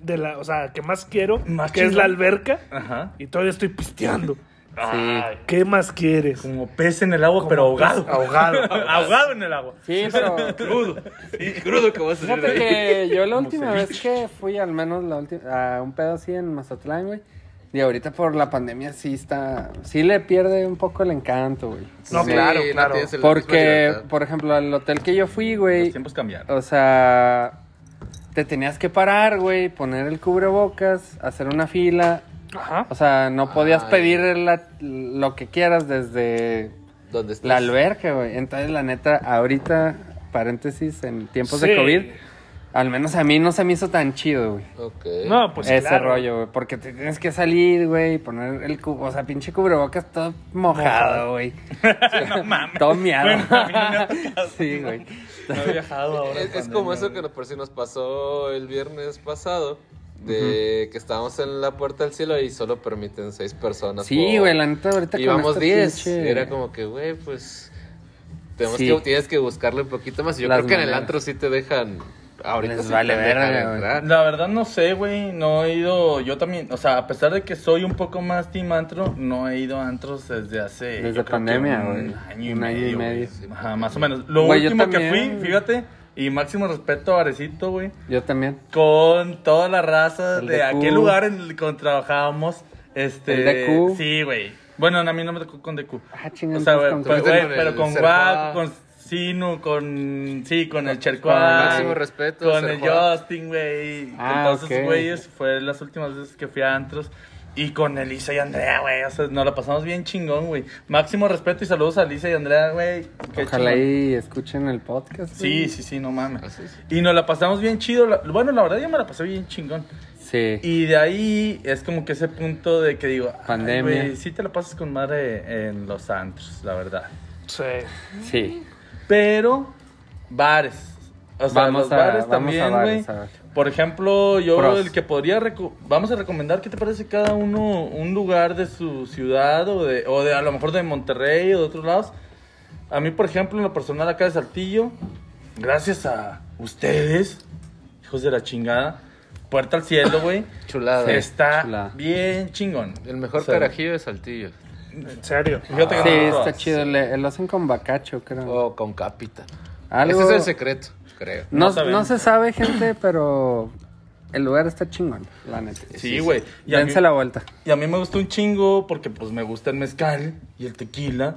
C: de la, o sea, que más quiero,
A: Más
C: que es
A: chingón.
C: la alberca,
A: Ajá.
C: y todavía estoy pisteando.
A: Ay,
C: ¿Qué más quieres?
A: como pez en el agua, pero ahogado.
C: Ahogado.
A: ahogado en el agua.
B: Sí, pero
A: Crudo. Sí.
D: crudo que vas a salir de
B: Fíjate
D: ahí.
B: que yo la última vez que fui, al menos la última, a un pedo así en Mazatlán, güey. Y ahorita por la pandemia sí está, sí le pierde un poco el encanto, güey.
C: No,
D: Sí,
C: claro, claro.
D: tienes la misma
B: Porque,
D: libertad.
B: por ejemplo, al hotel que yo fui, güey,
A: Los tiempos cambiaron.
B: o sea, te tenías que parar, güey, poner el cubrebocas, hacer una fila.
C: Ajá.
B: O sea, no podías
D: Ay.
B: pedir la- lo que quieras desde
D: ¿Dónde estás?
B: la alberca, güey. Entonces, la neta, ahorita, paréntesis, en tiempos
C: Sí.
B: de COVID, al menos a mí no se me hizo tan chido, güey.
D: Ok.
C: No, pues
B: Ese
C: claro.
B: rollo, güey. Porque te tienes que salir, güey, y poner el cubo. O sea, pinche cubrebocas todo mojado, güey.
A: No mames.
B: Todo miado.
A: Bueno, a mí no me ha tocado.
B: sí, güey.
A: No he viajado ahora.
D: Es, es
A: pandemia,
D: como eso
A: güey.
D: que nos- por si nos pasó el viernes pasado. De que estábamos en la puerta del cielo y solo permiten seis personas.
B: Sí,
D: por-
B: güey, la neta, ahorita con
D: Íbamos
B: esta
D: 10.
B: pinche-
D: y Era como que, güey, pues. tenemos
B: Sí.
D: que- tienes que buscarle un poquito más. Yo
B: Las
D: creo que en el
B: maneras.
D: antro sí te dejan. Ahorita
B: Les
D: sí
B: vale
D: te dejan
B: verga, güey.
D: entrar.
A: La verdad no sé, güey, no he ido, yo también, o sea, a pesar de que soy un poco más team antro, no he ido a antros desde hace...
B: Desde
A: yo creo que
B: pandemia, güey.
A: Un año y
B: Un año y
A: medio. güey.
B: medio.
A: Ajá, más o menos. Lo
B: Güey, yo
A: último que
B: también,
A: fui,
B: güey.
A: fíjate, y máximo respeto a Arecito, güey,
B: Yo también.
A: con toda la raza
B: El
A: de,
B: de
A: aquel
B: Q.
A: lugar en el que trabajábamos, este...
B: El de Q.
A: Sí, güey. Bueno, a mí no me tocó con DQ.
B: Ah, chingón,
A: O sea, güey, pues,
B: con
A: pero,
D: Q.
A: güey,
D: Con el
A: pero con
D: Serpa.
A: Wap, con Sinu, con... Sí, con el
B: con el
A: Chercuá.
D: Máximo respeto.
A: Con
D: Ser
A: el
D: Juan.
A: Justin, güey.
B: Ah,
A: Entonces,
B: ok.
A: güeyes, fue las últimas veces que fui a antros. Y con Elisa y Andrea, güey. O sea, nos la pasamos bien chingón, güey. Máximo respeto y saludos a Elisa y Andrea, güey. Qué
B: Ojalá
A: chingón.
B: y escuchen el podcast.
A: Sí,
B: güey.
A: sí, sí, no mames.
D: Así es.
A: Y nos la pasamos bien chido. la- Bueno, la verdad yo me la pasé bien chingón.
B: Sí.
A: Y de ahí es como que ese punto de que digo, ay,
B: Pandemia.
A: güey, sí te la pasas con madre en los antros, la verdad.
C: Sí.
B: Sí.
A: Pero bares. O sea,
B: Vamos
A: los
B: a-
A: bares
B: vamos a
A: también, güey.
B: bares, a ver.
A: Por ejemplo, yo
B: Pros.
A: el que podría reco- vamos a recomendar ¿qué te parece cada uno un lugar de su ciudad o de o de a lo mejor de Monterrey o de otros lados. A mí, por ejemplo, en lo personal acá de Saltillo, gracias a ustedes, hijos de la chingada, Puerta al Cielo, güey,
D: Chulada.
B: Sí.
A: está
B: chulada.
A: bien chingón.
D: El mejor
A: O sea,
D: carajillo de Saltillo.
C: En serio.
A: Fíjate que
B: Sí,
A: no lo
B: está
A: probas.
B: chido. Le- lo hacen con bacacho, creo.
D: O con capita.
B: Ah. Algo-
D: Ese es el secreto, creo.
B: No,
A: No sabemos.
B: no se sabe, gente, pero el lugar está chingón, la neta.
A: Sí, güey. Y a mí-
B: Dense la vuelta.
A: Y a mí me gusta un chingo porque pues me gusta el mezcal y el tequila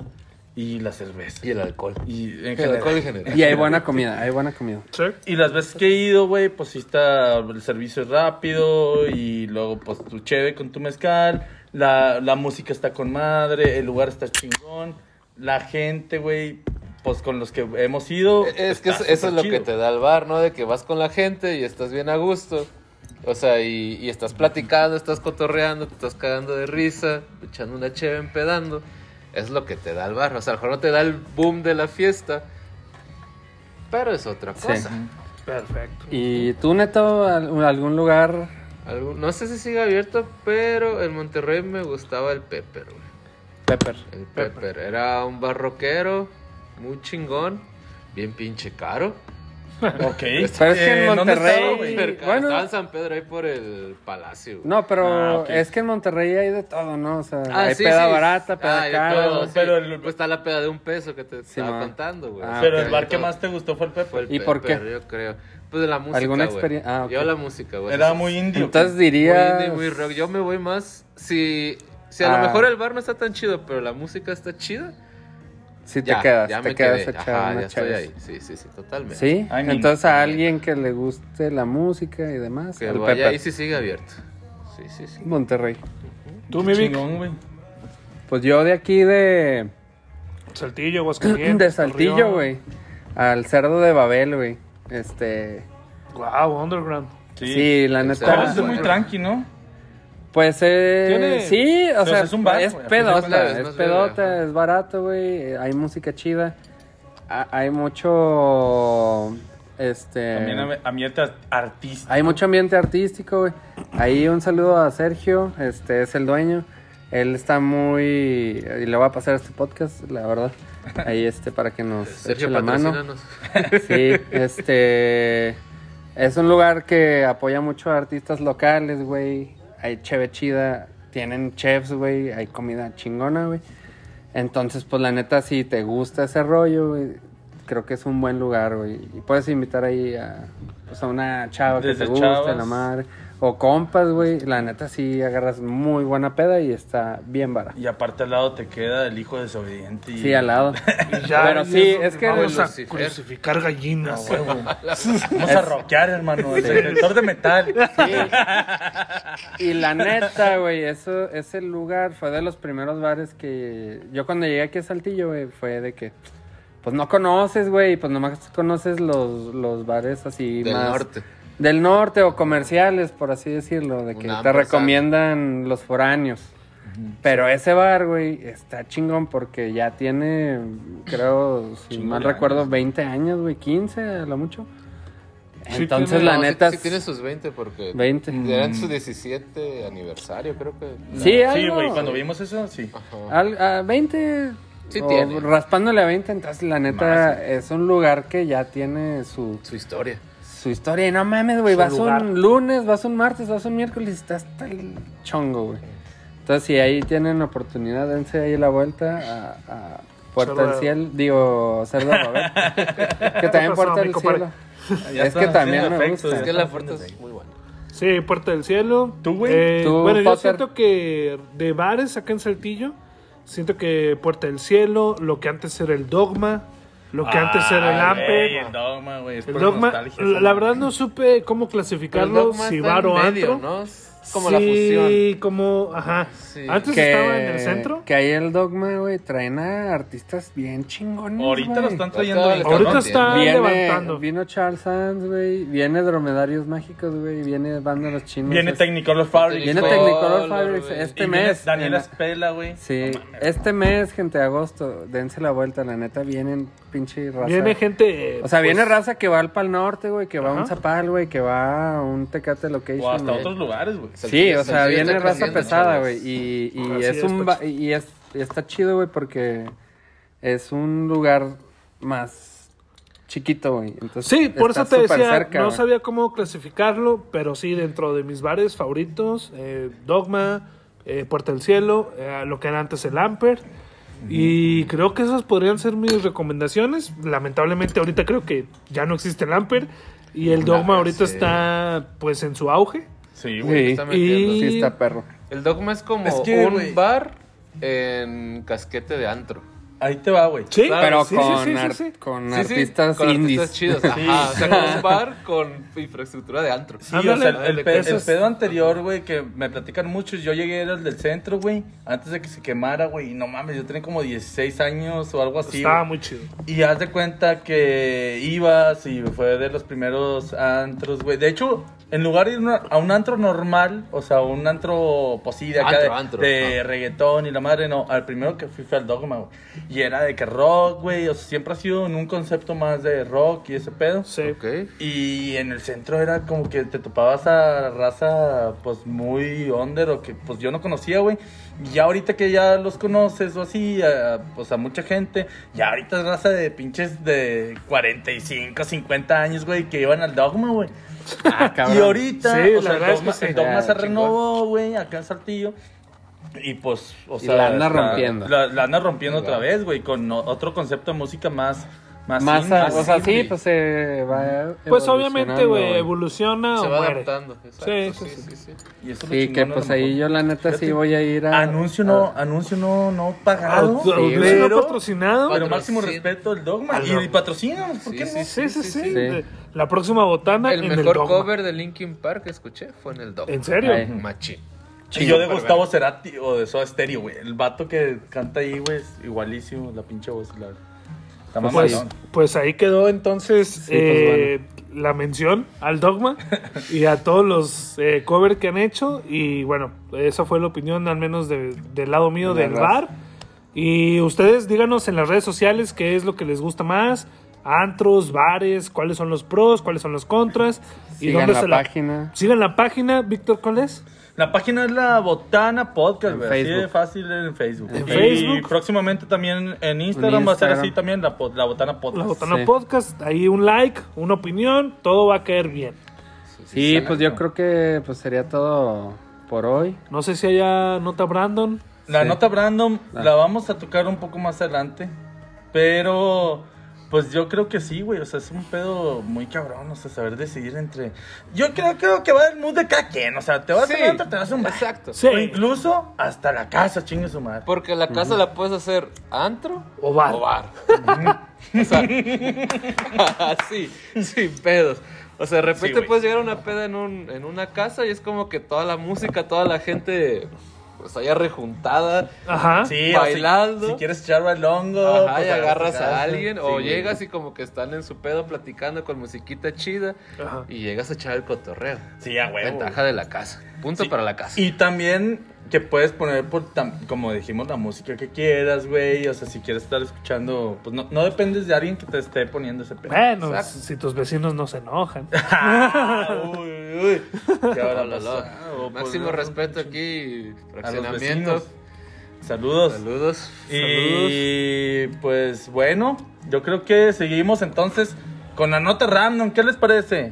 A: y la cerveza.
D: Y el alcohol.
A: Y en
D: El alcohol en
A: general.
D: general.
B: Y hay buena comida, hay buena comida.
C: Sí.
A: Y las veces que he ido, güey, pues sí está el servicio es rápido y luego pues tu cheve con tu mezcal, la, la música está con madre, el lugar está chingón, la gente, güey, pues con los que hemos ido.
D: Es que
A: está
D: eso, eso
A: súper
D: es lo
A: chido.
D: que te da el bar, ¿no? De que vas con la gente y estás bien a gusto. O sea, y, y estás platicando, estás cotorreando, te estás cagando de risa, echando una cheve, empedando. Es lo que te da el bar. O sea, a lo mejor no te da el boom de la fiesta, pero es otra
B: Sí.
D: cosa.
C: Perfecto.
B: ¿Y tú, Neto, al- algún lugar?
D: Algo- no sé si sigue abierto, pero en Monterrey me gustaba el Pepper, güey.
B: Pepper.
D: El Pepper era un barroquero muy chingón, bien pinche caro.
A: Ok.
B: Pero es que en
A: Eh, ¿dónde
B: Monterrey-
A: estaba, güey?
D: Súper caro.
B: bueno.
D: Estaba en San Pedro ahí por el palacio. güey.
B: No, pero
A: Ah, ok.
B: es que en Monterrey hay de todo, ¿no? O sea,
D: Ah,
B: hay
D: sí,
B: peda
D: sí.
B: barata, peda
D: Ah, de
B: cara.
D: todo, sí.
A: Pero el-
D: Pues está la peda de un peso que te
B: Sí,
D: estaba
B: ma.
D: contando, güey.
B: Ah,
A: Pero
B: ok.
A: el bar que más te gustó fue el
D: Fue
A: Pepe.
D: el
B: ¿Y por
D: Pepper,
B: qué?
D: Yo creo. Pues de la música,
B: ¿Alguna
D: güey.
B: experiencia? Ah, ok.
D: Yo la música, güey.
A: Era muy indio.
B: Entonces
D: Muy
B: diría...
D: indie, muy rock. Yo me voy más. Si, si a
B: Ah.
D: lo mejor el bar no está tan chido, pero la música está chida.
B: Si te quedas, te quedas
D: quedé.
B: echado
D: Ajá,
B: una
D: ya estoy
B: chévere.
D: ahí. Sí, sí, sí, totalmente.
B: Sí,
A: Ay, mi
B: entonces
A: madre.
B: a alguien que le guste la música y demás,
D: Que
B: el
D: vaya
B: Pepper.
D: ahí sí sigue abierto. Sí, sí, sí.
B: Monterrey.
C: Tú, mi Vic.
A: Chingón, güey.
B: Pues yo de aquí de...
C: Saltillo, Aguascalientes.
B: De Saltillo, güey. Al cerdo de Babel, güey. Este.
C: Wow, underground.
B: Sí,
A: Sí.
B: la
D: El
A: Pero
B: neta.
A: es muy tranqui, ¿no?
B: Pues eh,
C: Tiene-
B: Sí, o
A: Pero
B: sea,
A: es un bar,
B: es
A: güey, a fin de
B: pedota,
D: cuentas,
B: es,
D: es más
B: pedota,
D: verga, ajá.
B: es barato, güey. eh, Hay música chida. Ha- hay mucho. Este.
A: También a- ambiente ar- artístico.
B: Hay mucho ambiente artístico, güey. Ahí un saludo a Sergio, este es el dueño. Él está muy. Y le va a pasar este podcast, la verdad. Ahí este, para que nos
D: Sergio,
B: eche la mano.
D: patrocínanos.
B: Sí, este. Es un lugar que apoya mucho a artistas locales, güey. Hay cheve chida, tienen chefs, güey. Hay comida chingona, güey. Entonces, pues la neta, si te gusta ese rollo, güey, creo que es un buen lugar, güey. Y puedes invitar ahí a, pues, a una chava que
A: Desde
B: te guste,
A: chavas.
B: la madre. O compas, güey. La neta, sí agarras muy buena peda y está bien barato.
A: Y aparte al lado te queda el hijo desobediente. Y...
B: Sí, al lado.
C: Y ya,
B: Pero
C: y
B: sí,
C: eso,
B: es que.
C: Vamos a
D: Lucifer.
C: crucificar
A: No,
C: gallinas.
A: Ah, güey. Vamos a rockear, hermano. El
B: Sí.
A: detector de metal.
B: Y la neta, güey, eso, ese lugar fue de los primeros bares que yo cuando llegué aquí a Saltillo, güey, fue de que, pues no conoces, güey, pues nomás conoces los, los bares así
D: Del
B: más...
D: norte.
B: Del norte o comerciales, por así decirlo, de que
D: Un
B: te
D: ampersand.
B: recomiendan los foráneos. Pero ese bar, güey, está chingón porque ya tiene, creo, si
A: Chingo
B: mal
A: de
B: recuerdo,
A: años.
B: 20 años, güey, 15 a lo mucho.
C: Sí,
B: Entonces,
C: tiene-
B: la
D: No, sí-
B: neta,
D: Sí, tiene sus 20 porque.
B: 20.
D: Eran su 17 aniversario, creo que.
B: Sí,
A: Sí,
B: algo.
A: güey. Cuando vimos eso, sí.
D: Ajá.
B: Al- a 20.
D: Sí
B: o
D: tiene.
B: Raspándole a 20, entonces la neta
A: Más.
B: es un lugar que ya tiene su,
D: Su historia.
B: su historia. Y no mames, güey,
C: Su
B: vas
C: lugar.
B: un lunes, vas un martes, vas un miércoles y estás hasta el chongo, güey. Entonces, si ahí tienen oportunidad, dense ahí la vuelta a, a Puerta
C: Cerdo.
B: del Cielo, digo, Cerdo Babel. que también
C: pasó,
B: Puerta
C: mi
B: del
C: compadre?
B: Cielo.
A: Ya
B: Es
A: está
B: que
A: haciendo
B: también me
A: efectos,
B: gusta.
A: ya
D: Es que
A: está
D: la puerta
A: haciendo
D: es muy buena.
C: Sí, Puerta del Cielo.
A: ¿Tú, güey?
C: Eh,
B: ¿Tú,
C: bueno, yo
B: Potter?
C: siento que de bares acá en Saltillo, siento que Puerta del Cielo, lo que antes era el Dogma, lo que antes era el
A: Ah, güey,
C: Amper.
A: El dogma, güey. es
C: El
A: por
C: Dogma,
A: nostalgia,
C: la
A: esa
C: la verdad no supe cómo
D: Pero el
C: clasificarlo,
D: Dogma
C: si
D: está
C: bar
D: en
C: o
D: medio,
C: antro.
D: ¿no? como la fusión.
C: Sí, como, ajá.
D: Sí.
C: Antes estaba en el centro.
B: Que ahí el dogma, güey, traen a artistas bien chingones.
A: Ahorita
B: güey.
A: lo están trayendo.
D: Acá
A: bien,
D: le-
A: cabrón.
C: Ahorita está
B: Viene,
C: levantando.
B: vino Charles Sands, güey. Viene Dromedarios Mágicos, güey. Viene Banda de los Chinos.
A: Viene
B: este,
A: Technicolor Fabric.
B: viene
A: güey.
B: Technicolor
D: Color,
B: Fabrics
D: güey.
A: Y
B: este
A: viene
B: mes.
A: Daniela
B: en la-
A: Spela, güey.
B: Sí, este mes, gente, agosto, dense la vuelta, la neta, vienen pinche raza.
C: Viene gente. eh,
B: o sea, viene
C: pues,
B: raza que va al Pal Norte, güey, que va a un
C: Ajá.
B: Zapal, güey, que va a un Tecate Location.
A: O hasta
B: güey.
A: otros lugares, güey.
B: Sí, o sea,
D: Saltillo está
B: viene raza
D: creciendo,
B: pesada,
D: chavos.
B: güey, y, y
C: Así
B: es
C: es, pues.
B: un... ba-
C: Pacho.
B: y es, y está chido, güey, porque es un lugar más chiquito, güey. entonces
C: Sí, por
B: está
C: eso te
B: súper
C: decía,
B: cerca,
C: no
B: güey.
C: sabía cómo clasificarlo, pero sí, dentro de mis bares favoritos, eh, Dogma, eh, Puerta del Cielo, eh, lo que era antes el Amper. Y creo que esas podrían ser mis recomendaciones. Lamentablemente ahorita creo que ya no existe el Amper y el Dogma
D: Nah,
C: ahorita
D: sí.
C: está pues en su auge.
A: Sí, güey.
B: Sí,
D: Está metiendo.
B: Pues sí
C: Y
B: está perro.
D: El dogma es como
A: Es que,
D: un
A: güey.
D: bar en casquete de antro.
A: Ahí te va, güey.
C: Sí,
D: Claro,
B: pero
C: sí, sí,
B: con,
C: sí, sí,
B: ar-
C: sí.
B: con
D: Sí, sí,
B: artistas
D: con
B: indies.
D: artistas chidos. Ajá, o sea, como un bar con infraestructura de antro.
A: Sí,
C: Ándale.
A: o sea, el, el pe-
C: Eso
A: el
C: es-
A: pedo anterior, güey, que me platican muchos. Yo llegué, era el del centro, güey, antes de que se quemara, güey. Y no mames, yo tenía como 16 años o algo así.
C: Estaba
A: güey.
C: muy chido.
A: Y haz de cuenta que ibas y fue de los primeros antros, güey. De hecho, en lugar de ir una- a un antro normal, o sea, un antro, pues sí, de acá,
D: Antro,
A: de,
D: antro,
A: de
D: ah.
A: reggaetón y la madre, no. Al primero que fui fue al Dogma, güey. Y era de que rock, güey. O sea, siempre ha sido en un concepto más de rock y ese pedo.
C: Sí.
D: Ok.
A: Y en el centro era como que te topabas a raza, pues muy under o que pues yo no conocía, güey. Y ya ahorita que ya los conoces o así, a- pues a mucha gente, ya ahorita es raza de pinches de 45, 50 años, güey, que iban al dogma, güey.
B: Ah, cabrón.
A: Y ahorita,
C: Sí,
A: o
C: la
A: sea, el
C: verdad es
A: dogma,
C: que sí.
A: el Dogma
B: Ah,
A: se
B: chingón.
A: renovó, güey, acá en Saltillo. Y pues, o
B: Y
A: sea.
B: la anda
A: está-
B: rompiendo.
A: La, la anda rompiendo otra vez, güey, con o- otro concepto de música más. Más,
B: Más,
A: indie,
B: o sea, sí,
A: indie.
B: pues se va
C: Pues obviamente,
B: evolucionando,
C: güey, evoluciona
D: Se
C: o
D: va
C: muere.
D: adaptando.
C: Sí,
D: Exacto,
C: sí,
D: sí, sí, sí.
A: Y eso es lo
B: Sí, que
A: chingón, a
B: pues
A: lo
B: ahí
A: mejor.
B: yo la neta sí
A: Fíjate,
B: voy a ir a...
A: Anuncio no, anuncio no, no pagado.
C: Auto-
B: Sí,
C: auto-
A: Ah. pero-
C: patrocinado.
A: Pero máximo
D: Patrocin-
A: respeto al dogma.
C: Al
A: Y
C: dogma.
A: patrocínanos, ¿por
D: Sí,
A: qué
D: sí,
A: no?
C: Sí, sí, sí.
D: Sí, sí,
C: De- La próxima botana
D: El
C: en
D: mejor
C: el dogma.
D: cover de Linkin Park que escuché fue en el Dogma.
C: ¿En serio?
B: Ay.
D: Machín.
A: Y yo de
D: Súper
A: Gustavo Cerati o de Soda Stereo, güey. El vato que canta ahí, güey, es igualísimo, la pinche voz. La... Está más
C: Pues, pues ahí quedó entonces
B: pues,
C: eh, la mención al dogma y a todos los eh, covers que han hecho. Y bueno, esa fue la opinión al menos de- del lado mío
B: De la
C: del
B: raza.
C: bar. Y ustedes díganos en las redes sociales qué es lo que les gusta más. Antros, bares, cuáles son los pros, cuáles son los contras. y
B: Sigan
C: dónde
B: la
C: se
B: página.
C: Sigan la página, Víctor, ¿cuál es?
A: La página es la Botana Podcast,
B: En
A: güey. Así de
B: Facebook.
A: fácil en Facebook.
C: En
A: y
C: Facebook.
A: próximamente también en Instagram va a ser
B: Instagram.
A: así también la, po- la Botana
C: La
A: Podcast.
C: Botana
B: Sí.
C: Podcast. Ahí un like, una opinión, todo va a caer bien.
B: Sí, pues yo creo que pues sería todo por hoy.
C: No sé si haya nota Brandon.
A: La
B: Sí.
A: nota Brandon
B: Ah.
A: la vamos a tocar un poco más adelante. Pero, pues yo creo que sí, güey. O sea, es un pedo muy cabrón. O sea, saber decidir entre. Yo creo, creo que va el mood de cada quien. O sea, te vas
D: Sí,
A: a levantar, te vas a un bar.
D: Exacto.
C: Sí.
A: O incluso hasta la casa, chingue su madre.
D: Porque la casa la puedes hacer antro
C: O bar.
D: O bar. o sea, así, sin pedos. O sea,
A: Sí,
D: de repente
A: güey.
D: puedes llegar a una peda en, un, en una casa y es como que toda la música, toda la gente, pues allá rejuntada.
C: Ajá.
A: Sí, o
D: Pues, Bailando.
A: Si, si quieres echar al hongo.
D: Ajá,
A: pues,
D: y
A: a la
D: agarras
A: casa.
D: a alguien
A: Sí,
D: o
A: güey.
D: llegas y como que están en su pedo platicando con musiquita chida
C: Ajá.
D: y llegas a echar el cotorreo.
A: Sí, a huevo.
D: Ventaja de la casa. Punto
A: Sí.
D: para la casa.
A: Y también que puedes poner, por tam- como dijimos, la música que quieras, güey. O sea, si quieres estar escuchando, pues no, no dependes de alguien que te esté poniendo ese pedo.
C: Bueno,
D: Exacto.
C: si tus vecinos no se enojan.
A: Ah, uy, uy. ¿Qué habrá
D: No, no, no.
A: pasado?
D: Máximo
A: Pues, no,
D: respeto aquí.
A: a los
D: Fraccionamiento.
A: vecinos. Saludos.
D: Saludos.
A: Y pues bueno, yo creo que seguimos entonces con la nota random. ¿Qué les parece?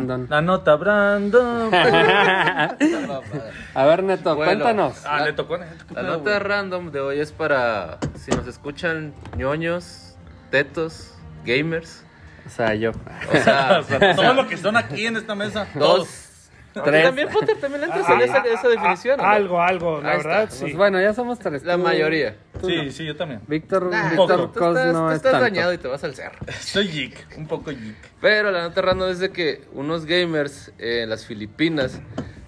B: Brandon.
A: La nota random.
B: A ver, Neto,
D: Bueno.
B: cuéntanos.
A: Ah, le tocó. a Neto, qué
D: La
A: pedo,
D: nota
A: güey.
D: random de hoy es para si nos escuchan ñoños, tetos, gamers.
B: O sea, yo.
D: O sea,
A: O sea, todos los que son aquí en esta mesa. Todos.
D: Ah. dos. ¿Tú
B: Tres.
D: También Potter también le entras
B: Ah,
D: en esa, esa definición. o no?
C: algo, algo, la
D: Ahí está.
C: verdad, sí.
B: Pues bueno, ya somos tres.
D: La
B: Tú-
D: mayoría.
B: tú no.
A: Sí, sí, yo también.
B: Víctor,
D: Nah,
B: Víctor
D: tú
B: Cos
D: estás,
B: no
D: tú
B: es
D: estás
B: tanto.
D: dañado y te vas al cerro.
A: Soy geek, un poco geek.
D: Pero la nota random es de que unos gamers eh, en las Filipinas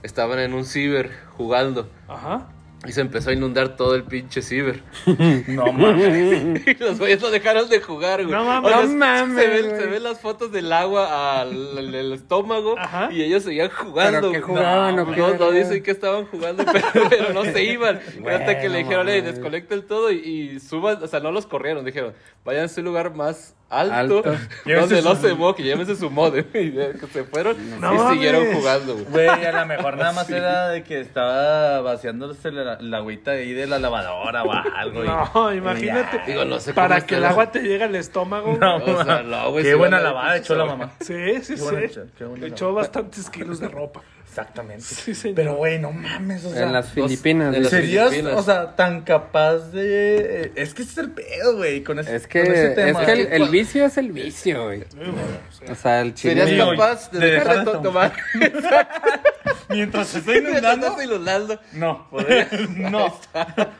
D: estaban en un ciber jugando.
C: Ajá.
D: Y se empezó a inundar todo el pinche ciber.
A: No mames.
D: Y los güeyes no dejaron de jugar, güey.
C: No mames.
D: O sea,
B: No mames,
D: Se ven,
B: güey.
D: se ven las fotos del agua al, al- al estómago
C: Ajá.
D: y ellos seguían
B: Pero
D: jugando.
B: que
D: güey.
B: jugaban o
D: No,
B: qué
D: no,
B: verga.
D: dicen que estaban jugando, pero, pero no se iban. Y
B: Güey,
D: hasta que
B: no
D: le dijeron,
B: mames.
D: "Ey, desconecta el todo y, y suban, o sea, no los corrieron, dijeron, váyanse a un lugar más alto,
B: Alto.
A: Llévense
D: donde no
A: su-
D: se moque, llévense su modem. Y de- que se fueron
C: No
D: y
C: mames.
D: siguieron jugando, güey.
A: Güey, a lo mejor nada más era de que estaba vaciándose la, la agüita ahí de la lavadora o algo. y-
C: No,
A: y ya.
C: imagínate.
D: Digo, no sé
C: Para
D: cómo
C: que
D: está
C: el
D: la-
C: agua te llegue al estómago.
A: No,
D: O sea,
A: ma.
D: no, güey,
A: Qué
D: sí,
A: buena
D: van a-
A: lavada echó la mamá.
C: Sí, sí,
A: Qué buena
C: sí.
A: lucha, qué buena
C: Echó bastantes kilos de ropa.
A: Exactamente.
C: Sí, señor.
A: Pero, güey, no mames, o sea.
B: en las Filipinas.
D: en
B: güey.
D: las-
A: Serías,
D: Filipinas.
A: o sea, tan capaz de. eh, Es que ese es el pedo, güey, con ese,
B: Es que,
A: con ese
B: es
A: tema.
B: que el,
D: Es que
B: el
D: cuando-
B: vicio es el vicio, güey. O sea, el chile.
D: ¿Serías
A: Sí, güey.
D: capaz de,
A: De
D: dejar
A: dejar
D: de
A: de
D: to-
A: tomar.
D: tomar?
A: Mientras se está inundando.
D: Estás inundando.
A: No, poder- no.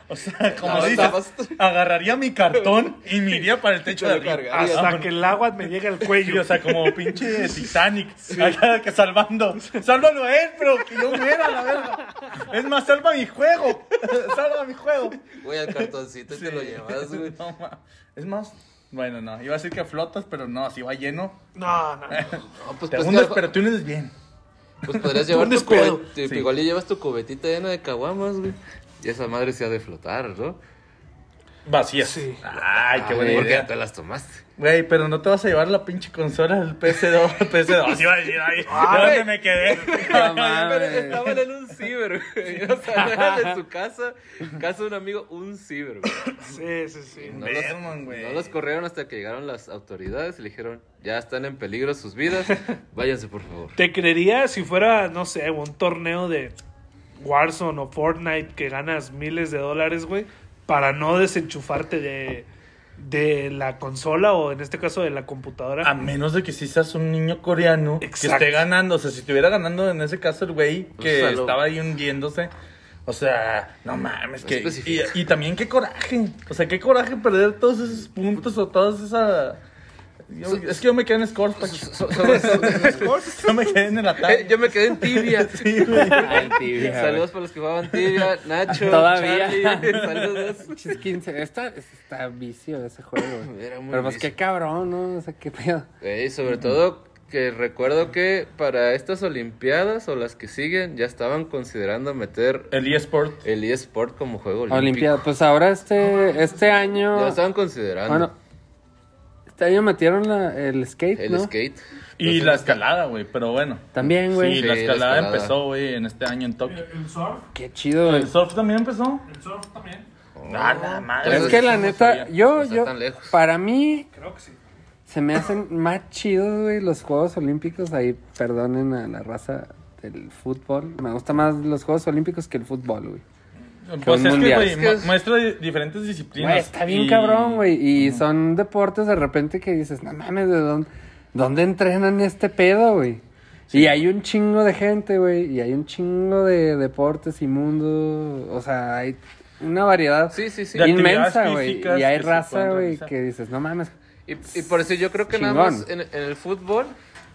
A: O sea, como
D: No,
A: dices,
D: estabas-
A: agarraría mi cartón y me iría para el techo de
D: Te lo
A: arriba.
D: cargas.
C: Hasta
A: Vámonos.
C: que el agua me llegue al
A: Sí,
C: cuello.
A: o sea, como pinche Titanic. Acá que salvando. Sálvalo a él, pero que yo muera, la verga. Es más, salva mi juego. Salva mi juego.
D: Güey, al cartoncito y te lo llevas, güey.
A: No, ma- es más, bueno, no. Iba a decir que flotas, pero no, así va lleno.
C: No, no. no.
D: No, pues,
A: Te
D: pues,
A: hundes,
D: claro,
A: pero te hundes bien.
D: pues podrías llevar
C: hundes
D: tu cubet-
C: pedo.
D: te-
A: Sí.
D: Igual ya llevas tu cubetita llena de caguamas, güey. Y esa madre se ha de flotar, ¿no?
A: Vacías.
C: Sí.
A: Ay, qué buena
D: Porque
A: idea.
D: ya te las tomaste.
A: Güey, pero no te vas a llevar la pinche consola del PS2. PS2. Así va a decir ahí.
D: Ah,
A: ¿de dónde me quedé?
B: No
D: Pero
B: mames.
D: estaban en un ciber, güey. O sea, no era de su casa, casa de un amigo, un ciber, güey.
C: Sí, sí, sí.
D: No los,
A: Verman, güey.
D: Pues, no los corrieron hasta que llegaron las autoridades y le dijeron, ya están en peligro sus vidas, váyanse por favor.
C: ¿Te creería si fuera, no sé, un torneo de Warzone o Fortnite que ganas miles de dólares, güey, para no desenchufarte de, de la consola o en este caso de la computadora?
A: A menos de que si seas un niño coreano
C: Exacto.
A: que esté ganando. O sea, si estuviera ganando en ese caso el güey que
D: Úsalo.
A: estaba ahí hundiéndose. O sea, no mames.
D: No
A: Que, y,
D: especifica.
A: y también qué coraje. O sea, qué coraje perder todos esos puntos o todas esas. yo- es que yo me quedé en Scores, Pacho.
D: So- sobre- sobre-
A: Yo me quedé en el ataque.
D: yo me quedé en tibia. Ah,
A: Sí, güey.
B: Ay, tibia, güey.
D: Saludos para los que jugaban tibia, Nacho,
B: Todavía.
D: Charlie, saludos.
B: Pinches 15. Está, está vicio ese juego, güey.
D: Era muy
B: Pero pues
D: vicio.
B: qué cabrón, ¿no? O sea, qué pedo.
D: Güey, sobre todo que recuerdo que para estas olimpiadas o las que siguen ya estaban considerando meter
A: El eSport.
D: el eSport como juego olímpico.
B: Olimpiada. Pues ahora este, este
D: Ya
B: año.
D: lo estaban considerando.
B: Bueno, este año metieron la- el skate,
D: el
B: ¿no?
D: skate.
A: Y la escalada, güey. Pero bueno.
B: También, güey.
A: Sí, la
D: Pues, este- Sí, la
A: escalada
D: escalada.
A: empezó, güey, en este año en Tokio.
C: ¿El surf?
B: Qué chido, güey.
A: ¿El surf también empezó?
C: ¿El surf también?
A: Ah, la madre.
B: Es
D: Eso
B: que
D: sí
B: la
A: no
B: neta,
A: sabía.
B: yo,
D: O sea,
B: yo,
D: tan lejos.
B: para mí,
C: Creo que sí.
B: se me hacen más chidos, güey, los Juegos Olímpicos. Ahí, perdonen a la raza del fútbol. Me gusta más los Juegos Olímpicos que el fútbol, güey. Con
A: Pues es que,
B: mundial.
A: güey,
B: Es
D: que
A: mu-
D: es-
A: muestra di- diferentes disciplinas.
B: Güey, está bien
A: y-
B: cabrón, güey. Y son deportes de repente que dices, no mames, ¿de dónde, dónde entrenan este pedo, güey? Y hay un chingo de gente, güey. Y hay un chingo de deportes y mundo. O sea, hay una variedad
D: Sí, sí, sí.
A: De
B: inmensa,
A: actividades
B: güey.
A: físicas
B: Y hay
A: que se
B: raza,
A: pueden
B: güey,
A: realizar.
B: que dices, no mames.
D: Y, y por eso yo creo que nada
B: Chingón.
D: más en, en el fútbol,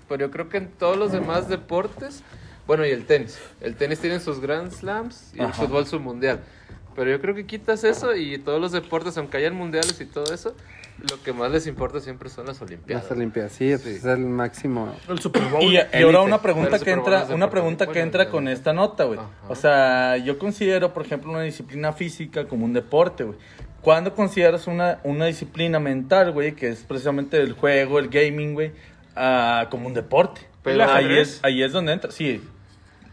D: pero yo creo que en todos los demás deportes, bueno, y el tenis. El tenis tiene sus Grand Slams y el
A: Ajá.
D: fútbol su mundial. Pero yo creo que quitas eso y todos los deportes, aunque hayan mundiales y todo eso, lo que más les importa siempre son las Olimpiadas.
B: Las Olimpiadas, sí, pues,
D: Sí.
B: es el máximo.
A: Pues
C: El Super Bowl.
A: Y, y ahora
B: Élite.
A: una pregunta
D: Pero
A: que
D: Super Bowl
A: entra,
D: es
A: una
D: deporte.
A: pregunta que
D: Bueno,
A: entra
D: ya.
A: con esta nota, güey.
D: Ajá.
A: O sea, yo considero, por ejemplo, una disciplina física como un deporte, güey. ¿Cuándo consideras una, una disciplina mental, güey, que es precisamente el juego, el gaming, güey, ah, como un deporte?
D: Pero-
A: ahí,
C: ¿El
A: es, ahí es donde entra, sí.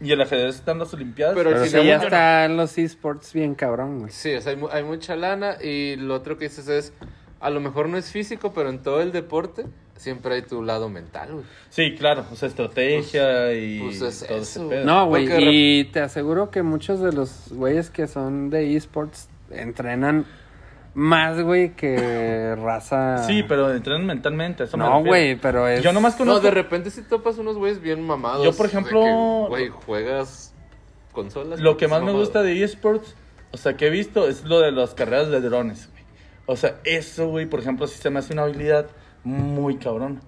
A: Y el ajedrez están las Olimpiadas.
D: Pero-
B: Pero
D: si
B: sí,
D: le
B: ya
D: gusta-
B: está en los esports bien cabrón, güey.
D: Sí, o sea, hay, mu- hay mucha lana y lo otro que dices es, a lo mejor no es físico, pero en todo el deporte siempre hay tu lado mental, güey.
A: sí, claro, o sea, estrategia y
D: pues es
A: todo
D: eso,
A: ese
D: güey.
A: pedo.
B: No, güey,
D: Porque de
B: y te aseguro que muchos de los güeyes que son de esports entrenan más, güey, que raza.
A: Sí, pero entrenan mentalmente, a eso me
B: No,
A: refiero.
B: güey, pero es.
A: Yo nomás
D: No,
A: conozco...
D: de repente si topas unos güeyes bien mamados.
A: Yo, por
D: de
A: ejemplo,
D: que, Güey, juegas consolas.
A: Lo que
D: es
A: más me
D: mamado.
A: gusta de eSports, o sea, que he visto, es lo de las carreras de drones, güey. O sea, eso, güey, por ejemplo, si se me hace una habilidad muy cabrona.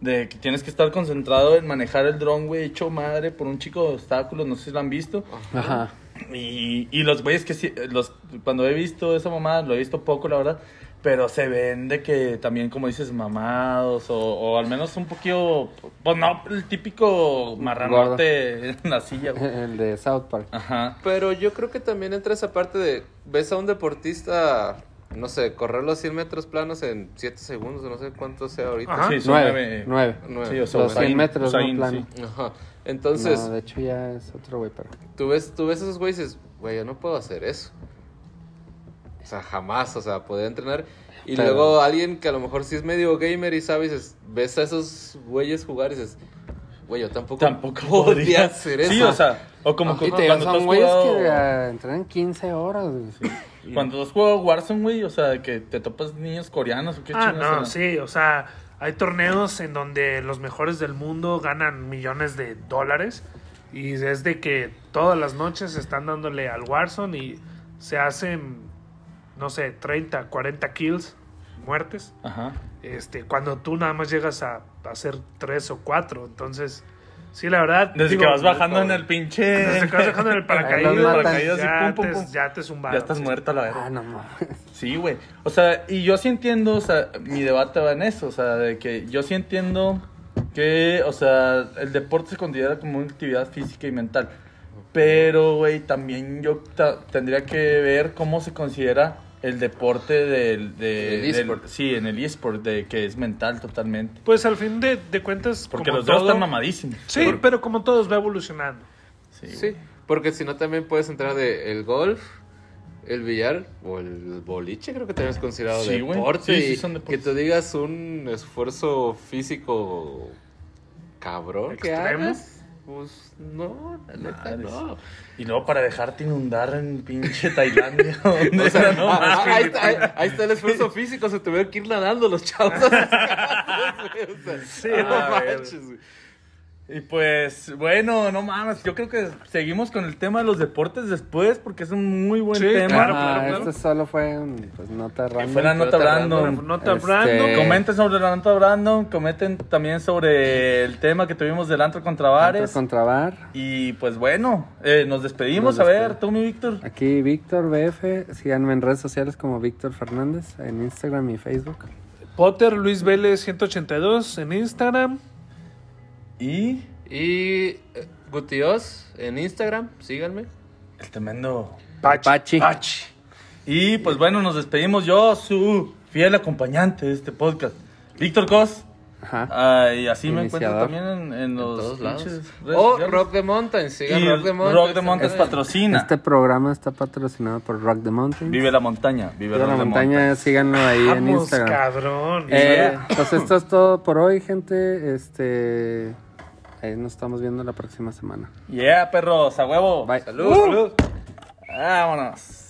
A: De que tienes que estar concentrado en manejar el dron, güey, hecho madre por un chico de obstáculos, no sé si lo han visto.
B: Ah. Ajá.
A: Y, y los güeyes que sí, los, cuando he visto esa mamada, lo he visto poco, la verdad, pero se ven de que también, como dices, mamados, o, o al menos un poquillo, pues no, el típico marranote en la silla, güey.
B: El de South Park.
A: Ajá.
D: Pero yo creo que también entra esa parte de, ves a un deportista, no sé, correr los 100 metros planos en 7 segundos, no sé cuánto sea ahorita.
C: Ajá.
A: Sí, son nueve.
B: Nueve. Nueve.
D: Nueve.
A: Sí, o sea,
B: Los 100
A: Usain-
B: metros, no
A: Usain,
B: plano.
A: sí.
D: Ajá. Entonces,
B: No, de hecho ya es otro güey, pero.
D: tú, ves, tú ves a esos güeyes y dices, güey, yo no puedo hacer eso. O sea, jamás, o sea, poder entrenar. Y
B: Pero-
D: luego alguien que a lo mejor sí es medio gamer y sabe, y dices, ves a esos güeyes jugar y dices, güey, yo tampoco,
A: Tampoco
D: podría
A: podría.
D: hacer eso.
A: Sí, o sea, o como
B: Y
A: cu-
B: te digo,
A: cuando tú has
B: son güeyes
A: jugado-
B: que ah, entrenan 15 horas, güey.
A: Cuando has jugado Warzone, güey, o sea, que te topas niños coreanos o qué
C: Ah,
A: chingados
C: no,
A: eran.
C: sí, o sea, hay torneos en donde los mejores del mundo ganan millones de dólares y es de que todas las noches están dándole al Warzone y se hacen, no sé, 30, 40 kills, muertes,
A: Ajá.
C: este, cuando tú nada más llegas a hacer tres o cuatro, entonces, sí, la verdad.
A: Desde
C: digo,
A: que vas bajando en
D: cabrón.
A: el pinche.
C: Desde que vas bajando en el
B: Ahí los
C: paracaídas,
B: matan.
A: Paracaídas y
C: ya,
A: pum, pum,
C: te,
A: pum.
C: ya te zumbaron.
A: Ya estás muerto a la verga.
B: Ah, no mames.
A: Sí, güey. O sea, y yo sí entiendo, o sea, mi debate va en eso, o sea, de que yo sí entiendo que, o sea, el deporte se considera como una actividad física y mental. Pero, güey, también yo ta- tendría que ver cómo se considera el deporte del... de-
D: El
A: del-
D: eSport.
A: Sí, en el eSport, de que es mental totalmente.
C: Pues al fin de, de cuentas,
A: Porque
C: como
A: los dos
C: todo-
A: están mamadísimos.
C: Sí, pero como todos va evolucionando.
A: Sí. güey.
D: Sí, porque si no también puedes entrar de el golf, el billar o el boliche, creo que también es considerado
A: Sí, güey.
D: deporte.
A: Sí, sí,
D: y
A: son deportes.
D: Que te digas un esfuerzo físico cabrón que
C: Extremo.
D: hagas. Pues no, la neta
A: Madres.
D: no.
A: Y luego para dejarte inundar en pinche Tailandia. ¿dónde
D: O sea,
A: era? No,
D: ah,
A: más
D: ah,
A: que-
D: ahí, está, ahí- ahí está el esfuerzo físico, se tuvieron que ir nadando los chavos. a sus casas, güey, o sea,
C: Sí,
D: no
C: a
A: ver.
D: manches, güey.
A: Y pues, bueno, no mames, yo creo que seguimos con el tema de los deportes después porque es un muy buen
C: Sí,
A: tema.
C: Claro,
B: ah,
C: claro, claro.
B: Esto solo fue un, pues, nota random.
A: Fue la nota
D: Nota
A: Brandon.
D: random.
C: Nota
B: Este-
C: Brandon.
B: Eh.
A: Comenten sobre la nota Brandon, comenten también sobre el tema que tuvimos del antro contra
B: Antes
A: bares.
B: contra bar.
A: Y pues bueno, eh, nos despedimos.
B: Nos
A: a ver,
B: despedimos.
A: tú, mi Víctor.
B: Aquí Víctor BF. Síganme en redes sociales como Víctor Fernández. En Instagram y Facebook.
C: Potter Luis Vélez 182 en Instagram.
A: Y
D: Y eh, Gutios en Instagram, síganme.
A: el tremendo
B: Pachi.
A: Pachi. Y pues bueno, nos despedimos. Yo, su fiel acompañante de este podcast, Víctor Cos.
B: Ajá.
A: Ah, y así me encuentro
B: Iniciador.
A: también en, en
D: En
A: los
D: todos lados.
A: pinches redes
D: O
A: sociales.
D: Rock the Mountain, sigan
A: Y
D: Rock the Mountain.
A: Rock the Mountain
D: también.
A: patrocina.
B: Este programa está patrocinado por Rock the Mountain.
A: Vive la montaña, vive,
B: Viva
A: Rock
B: la
A: the
B: montaña. Síganlo ahí en
C: Vamos,
B: Instagram.
C: cabrón.
B: Eh, pues esto es todo por hoy, gente. Este, ahí nos estamos viendo la próxima semana.
A: Yeah, perros, a huevo.
B: Bye.
A: Vámonos.